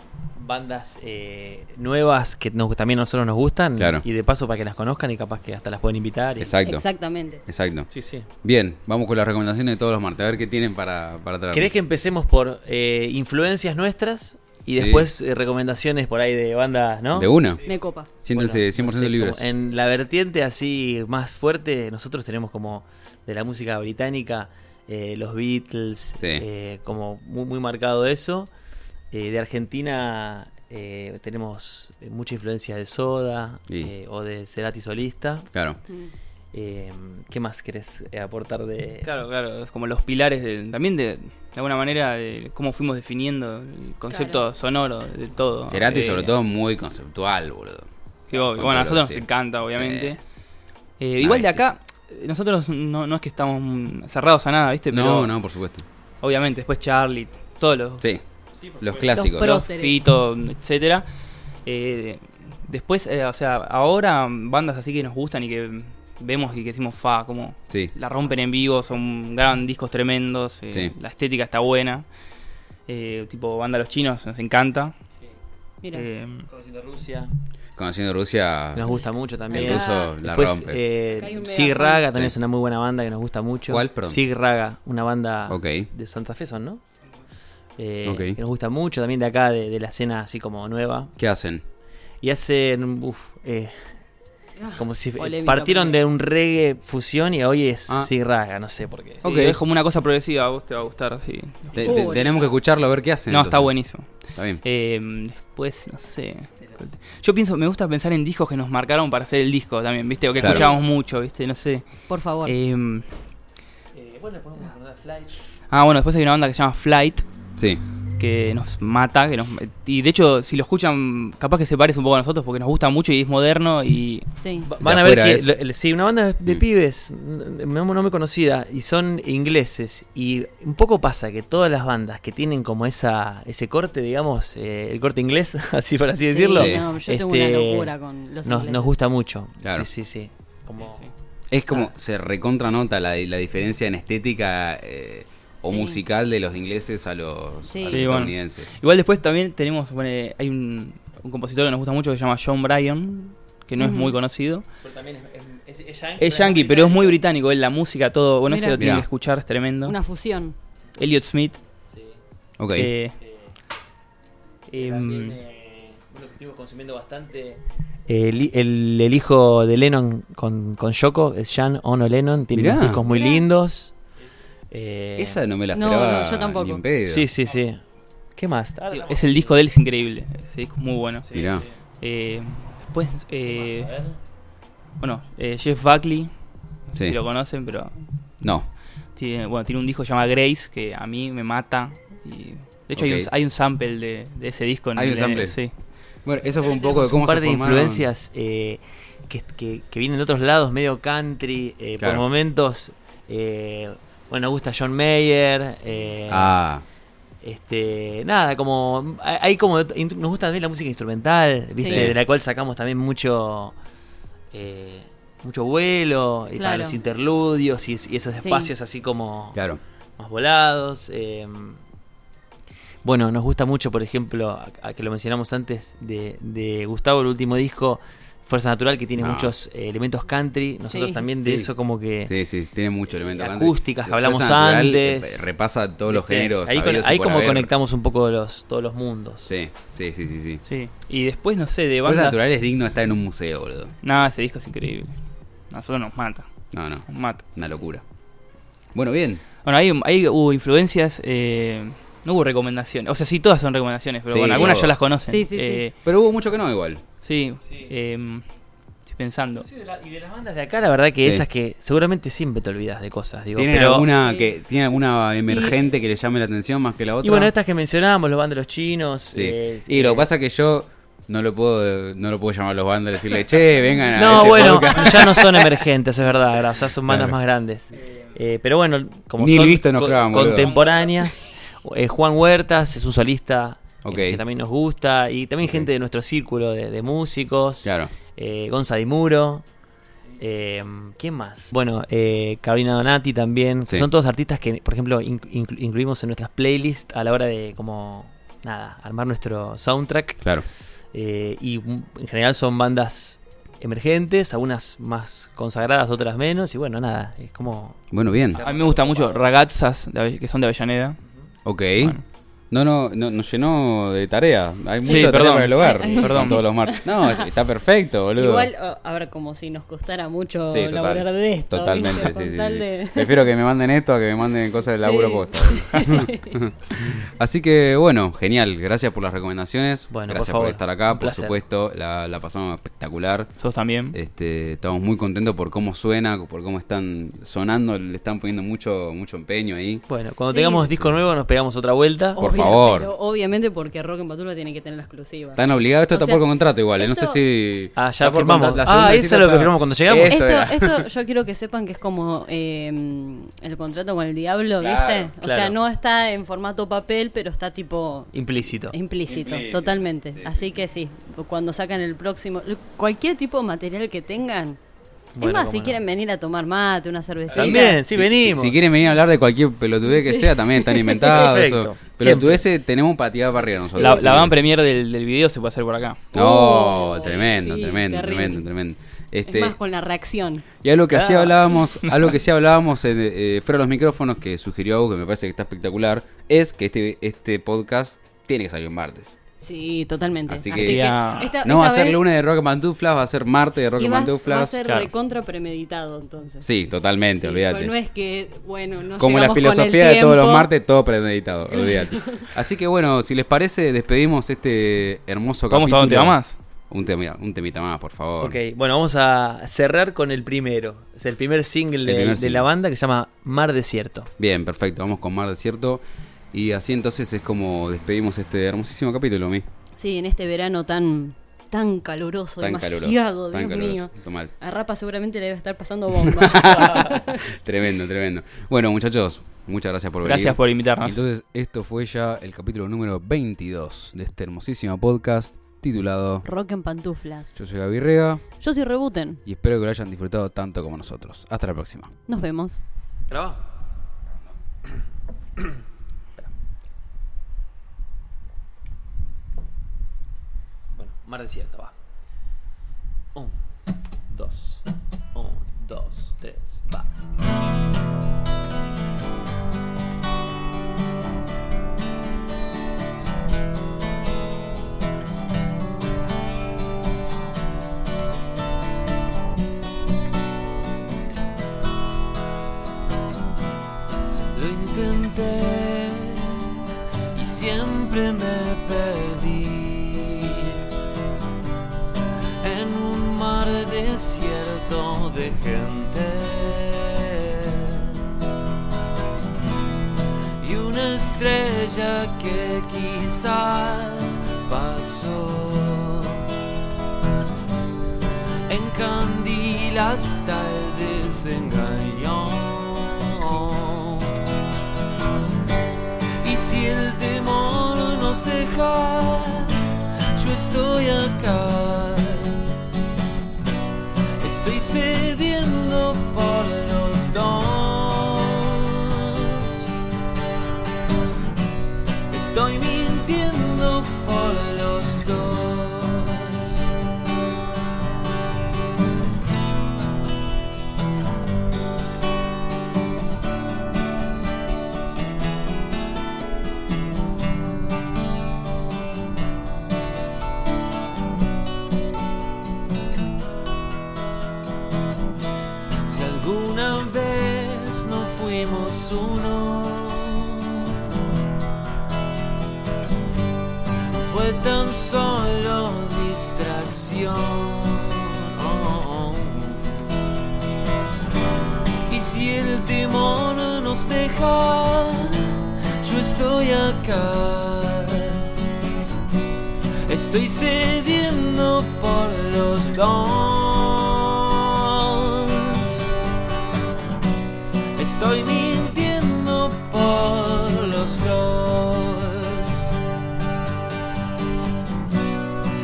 C: Bandas eh, nuevas que nos- también a nosotros nos gustan.
A: Claro.
C: Y de paso para que las conozcan y capaz que hasta las pueden invitar. y-
A: Exacto.
B: Exactamente.
A: Exacto.
C: Sí, sí.
A: Bien, vamos con las recomendaciones de todos los martes. A ver qué tienen para, para traer.
C: ¿Querés que empecemos por eh, influencias nuestras y
A: Sí.
C: después eh, recomendaciones por ahí de bandas, ¿no?
A: De una.
B: Me copa.
A: Siéntense
C: Bueno,
A: 100%
C: no sé,
A: libres.
C: como En la vertiente así más fuerte, nosotros tenemos como de la música británica, eh, los Beatles, eh, como muy, muy marcado eso. Eh, de Argentina eh, tenemos mucha influencia de Soda
A: Sí.
C: eh, o de Cerati Solista.
A: Claro.
C: Eh, ¿Qué más querés eh, aportar de...?
D: Claro, claro, es como los pilares del- también de, de alguna manera de cómo fuimos definiendo el concepto
B: Claro.
D: sonoro de todo.
A: Cerati,
D: Eh,
A: sobre todo, muy conceptual, boludo.
D: sí, obvio.
A: con todo
D: Bueno, a
A: lo que
D: nosotros nos
A: decía.
D: encanta, obviamente.
A: Sí.
D: Eh,
A: Ah,
D: igual de
A: viste.
D: acá, eh, nosotros no, no es que estamos mm, cerrados a nada, ¿viste?
A: No,
D: Pero,
A: no, por supuesto.
D: Obviamente, después Charlie, todos los,
A: Sí. Los
B: Los
A: clásicos.
B: pro-
D: los
B: Próceres.
D: Fito, etcétera. Eh, después, eh, o sea, ahora mm, bandas así que nos gustan y que mm, vemos y que decimos, fa, como
A: Sí.
D: la rompen en vivo, son gran discos tremendos, eh,
A: Sí.
D: la estética está buena. Eh, tipo banda Los Chinos, nos encanta.
B: Mira.
D: Eh,
C: Conociendo Rusia.
A: Conociendo Rusia,
C: Nos gusta mucho también.
A: el ruso la
C: Después,
A: rompe.
B: Acá hay
C: eh,
B: un
C: Sig
B: megafón.
C: Raga también
A: Sí.
C: es una muy buena banda que nos gusta mucho.
A: ¿Cuál? Perdón.
C: Sig Raga, una banda
A: Ok.
C: de Santa Fe, son, ¿no? Eh,
A: Ok.
C: Que nos gusta mucho también de acá, de, de la escena así como nueva.
A: ¿Qué hacen?
C: Y hacen, uf, eh, como si
B: Ah, Polémica,
C: partieron
B: polémica.
C: de un reggae fusión y hoy es
A: Ah. Oh.
C: Sig Raga, no sé por qué.
A: Ok.
D: sí, es como una cosa progresiva, a vos te va a gustar, sí.
A: Te-
B: Uh,
A: te-
B: boludo.
A: tenemos que escucharlo a ver qué hacen.
D: No, está
A: entonces.
D: buenísimo.
A: Está bien.
D: Eh, después, no sé. Yo pienso, me gusta pensar en discos que nos marcaron para hacer el disco también, ¿viste? O que
A: Claro.
D: escuchábamos mucho, ¿viste? No sé.
B: Por favor.
D: Eh,
C: Eh, bueno, podemos acordar Flight.
D: ah, bueno, después hay una banda que se llama Flight,
A: Sí.
D: que nos mata, que nos y de hecho si lo escuchan capaz que se parece un poco a nosotros porque nos gusta mucho y es moderno y
B: sí.
C: Van a ver
A: afuera
C: que.
A: es.
C: lo- el- sí, una banda de
A: Mm.
C: pibes no, no muy conocida y son ingleses. Y un poco pasa que todas las bandas que tienen como esa ese corte, digamos, eh, el corte inglés, así por así
B: Sí,
C: decirlo,
A: Sí.
B: no, yo tengo
C: este,
B: una locura con los
C: nos,
B: ingleses.
C: nos gusta mucho.
A: Claro.
C: Sí, sí, sí. Como,
A: Es como
C: Ah.
A: se recontranota la, la diferencia en estética eh, o
B: Sí.
A: musical de los ingleses a los,
B: Sí.
A: a los
D: Sí, bueno.
A: estadounidenses.
D: igual después también tenemos supone, hay un, un compositor que nos gusta mucho que se llama John Bryan que no es
B: Ujú.
D: muy conocido
C: Pero también es,
D: es yankee pero es muy británico él la música todo bueno
B: Mirá.
D: eso lo tienen
A: Mirá.
D: que escuchar es tremendo
B: Una fusión.
D: Elliot Smith
A: Ok.
D: eh, em,
C: eh, estuvimos consumiendo bastante. El, el, el hijo de Lennon con, con Yoko es Jan Ono Lennon. Tiene
A: Mirá.
C: unos discos muy
B: Mirá.
C: lindos. Eh,
A: Esa no me la
B: No,
A: esperaba.
B: no, yo tampoco.
A: ni en pedo.
C: Sí, sí, sí. ¿Qué más? Ah,
D: Digo,
C: vamos.
D: Es el disco de él, es increíble. Ese disco es muy bueno.
C: Sí,
A: Mirá.
C: sí.
D: Eh, después,
C: ¿Qué más? A
D: eh,
C: ver.
D: bueno, eh, Jeff Buckley, no sé
A: Sí.
D: si lo conocen, pero
A: No.
D: tiene, bueno, tiene un disco llamado Grace que a mí me mata. Y, de hecho, hay,
A: Ok.
D: un, hay un sample de, de ese disco. En
A: Hay un
D: el-
A: sample.
D: Sí.
A: Bueno, eso fue un poco de
C: Tenemos
A: cómo
C: un par
A: se
C: de
A: formaron.
C: influencias eh, que, que- que vienen de otros lados, medio country, eh,
A: Claro.
C: por momentos. eh, bueno, nos gusta John Mayer. eh,
A: Ah,
C: Este, nada, como hay hay como int- nos gusta también la música instrumental, ¿viste?
B: Sí.
C: de la cual sacamos también mucho eh, mucho vuelo y para
B: Claro.
C: los interludios y, es- y esos
B: Sí.
C: espacios así como
A: claro.
C: más volados. eh, bueno, nos gusta mucho, por ejemplo, a- a que lo mencionamos antes de, de Gustavo, el último disco Fuerza Natural que tiene
A: Ah.
C: muchos eh, elementos country. Nosotros
B: Sí.
C: también de
A: Sí.
C: eso como que
A: Sí, sí, tiene mucho elemento. grande.
C: Eh, acústicas que hablamos
A: Fuerza Natural,
C: antes.
A: eh, Repasa todos los
C: ¿viste?
A: géneros.
C: ahí, con-
A: habidos y
C: ahí
A: por
C: como
A: haber.
C: conectamos un poco los todos los mundos.
A: Sí, sí, sí, sí. sí.
D: sí. Y después, no sé, de
A: Fuerza
D: bandas.
A: Natural es digno de estar en un museo, boludo.
D: Nada, ese disco es increíble. A nosotros nos mata.
A: No, no.
D: Nos mata.
A: Una locura. Bueno, bien.
D: Bueno, ahí, ahí hubo influencias. eh, no hubo recomendaciones. O sea, sí, todas son recomendaciones, pero
A: Sí,
D: bueno, algunas
A: hubo.
D: ya las conocen.
B: Sí, sí, sí.
D: Eh,
A: Pero hubo mucho que no igual.
D: sí,
C: Sí.
D: em, estoy pensando.
C: Sí, de la- y de las bandas de acá, la verdad que
A: Sí.
C: esas que seguramente siempre te olvidas de cosas, digo.
A: ¿Tienen,
C: pero-
A: alguna
B: Sí.
A: que, ¿Tienen alguna emergente que le llame la atención más que la otra?
C: Y bueno, estas que mencionábamos, los bandos de los chinos.
A: Sí.
C: eh,
A: y lo
C: eh,
A: que pasa es que yo no lo puedo, no lo puedo llamar a los bandos y decirle, che, vengan a
C: No,
A: este
C: bueno,
A: podcast".
C: ya no son emergentes, es verdad, ahora, o sea, son bandas
A: Claro.
C: más grandes. Eh, pero bueno, como
A: Ni
C: son
A: listo nos
C: co-
A: clavan, boludo.
C: contemporáneas, eh, Juan Huertas es un solista eh,
A: Ok.
C: que también nos gusta, y también
A: Ok.
C: gente de nuestro círculo de, de músicos,
A: Claro.
C: eh, Gonza Di Muro. eh, ¿Quién más? Bueno, eh, Carolina Donati también. que
A: Sí.
C: Son todos artistas que, por ejemplo, in- inclu- incluimos en nuestras playlists a la hora de, como, nada, armar nuestro soundtrack.
A: Claro.
C: Eh, y mm, en general son bandas emergentes, algunas más consagradas, otras menos. Y bueno, nada, es como.
A: Bueno, bien.
D: A mí me gusta mucho Ragazzas, de Ave- que son de Avellaneda.
A: Ok.
D: Bueno.
A: No, no, no, nos llenó de tarea. Hay mucha tarea
D: perdón.
A: para el hogar.
D: Sí, perdón.
A: Son todos los martes. No, es- está perfecto, boludo.
B: Igual, o- a ver, como si nos costara mucho
A: Sí, total.
B: laburar de esto.
A: Totalmente,
B: ¿viste?
A: sí,
B: Con
A: sí,
B: tal
A: sí.
B: de-
A: Prefiero que me manden esto a que me manden cosas de laburo
B: Sí.
A: posta. Así que, bueno, genial. Gracias por las recomendaciones.
C: Bueno, por
A: Gracias por,
C: favor.
A: estar acá,
C: Un
A: por
C: placer.
A: supuesto. La, la pasamos espectacular.
D: Sos también.
A: Este, estamos muy contentos por cómo suena, por cómo están sonando. Le están poniendo mucho, mucho empeño ahí.
C: Bueno, cuando
B: Sí. Oh.
C: tengamos disco nuevo, nos pegamos otra vuelta.
A: Por favor.
B: pero obviamente porque Rock en Patura tiene que tener la exclusiva.
A: Están obligados, esto
B: O
A: está
B: sea,
A: por contrato igual. eh, No sé
B: esto-
A: si.
C: Ah, ya
A: está por
C: firmamos.
A: contrato, la
C: Ah,
A: segunda
C: eso
A: cita
C: es lo que
A: está-
C: firmamos cuando llegamos.
A: Eso
B: Esto,
A: era.
B: esto yo quiero que sepan que es como eh, el contrato con el diablo,
A: Claro,
B: ¿viste? O
C: claro.
B: sea, no está en formato papel, pero está tipo
C: Implícito.
B: implícito,
A: Implícito,
B: totalmente.
A: sí, sí,
B: Así que sí, cuando sacan el próximo, cualquier tipo de material que tengan. es
C: Bueno,
B: más,
C: cómo
B: si
C: no.
B: quieren venir a tomar mate, una cervecita.
C: También, sí,
A: Si-
C: venimos.
A: Si, si quieren venir a hablar de cualquier pelotudez que sea, también están inventados.
C: Perfecto.
A: eso. Pelotudeces tenemos para tirar para arriba nosotros.
D: La,
A: Sí.
D: la van premier del, del video se puede hacer por acá.
A: No,
B: Oh,
A: tremendo,
B: sí,
A: tremendo,
B: terrible.
A: tremendo, tremendo. Este,
B: Es más, con la reacción.
A: y algo que así
C: Ah.
A: hablábamos, algo que sí hablábamos eh, eh, fuera de los micrófonos que sugirió algo que me parece que está espectacular, es que este, este podcast tiene que salir un martes.
B: Sí, totalmente.
A: Así
B: Así,
A: que-
B: que,
D: Ya.
B: esta-
A: no va a
B: esta
A: ser
B: vez-
A: lunes de Rock and Pantuflas, va a ser martes de Rock
B: y
A: and
B: va, va a
A: Pantuflas.
B: ser
D: claro.
B: recontra premeditado entonces.
A: Sí, totalmente,
B: Sí,
A: olvídate.
B: No es que, bueno, no
A: Como la
B: llegamos con el
A: filosofía de todos los
B: tiempo.
A: martes, todo premeditado, olvídate. Así que bueno, si les parece, despedimos este hermoso capítulo.
D: Vamos a un tema más.
A: Un, tema- un temita más, por favor.
C: Ok, bueno, vamos a cerrar con el primero. Es el primer single,
A: El
C: de,
A: primer
C: de la
A: single.
C: banda que se llama Mar Desierto.
A: Bien, perfecto, vamos con Mar Desierto. Y así entonces es como despedimos este hermosísimo capítulo, mi.
B: Sí, en este verano tan tan caluroso,
A: Tan
B: demasiado,
A: caluroso.
B: Dios
A: tan caluroso.
B: mío.
A: Tomal.
B: A Rapa seguramente le debe estar pasando bomba.
A: Tremendo, tremendo. Bueno, muchachos, muchas gracias por venir.
D: Gracias por invitarnos.
A: Entonces, esto fue ya el capítulo número 22 de este hermosísimo podcast titulado
B: Rock en pantuflas.
A: Yo soy Gaby Rega
B: Yo soy Rebuten.
A: y espero que lo hayan disfrutado tanto como nosotros. Hasta la próxima.
B: Nos vemos.
C: ¿Grabá? Bueno, mar desierto, va. Un, dos, un, dos, tres, va.
E: Lo intenté y siempre
C: siempre me perdí en un mar desierto de gente y una estrella que quizás pasó en candila hasta el desengaño y si el temor nos deja, yo estoy acá. Estoy cediendo por los dos. Estoy mintiendo por los dos. Si alguna vez no fuimos uno, fue tan solo distracción. Y si el temor nos deja, yo estoy acá. Estoy cediendo por los dos. Estoy mintiendo por los dos.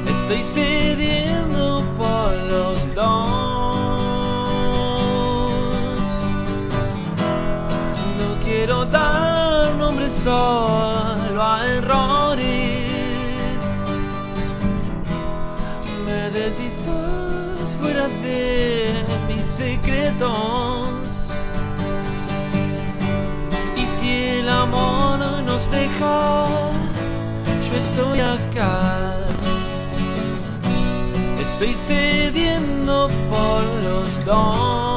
C: Estoy cediendo por los dos. No quiero dar nombre solo a errores. Me deslizas fuera de mis secretos. Y si el amor nos deja, yo estoy acá. Estoy cediendo por los dos. Oh,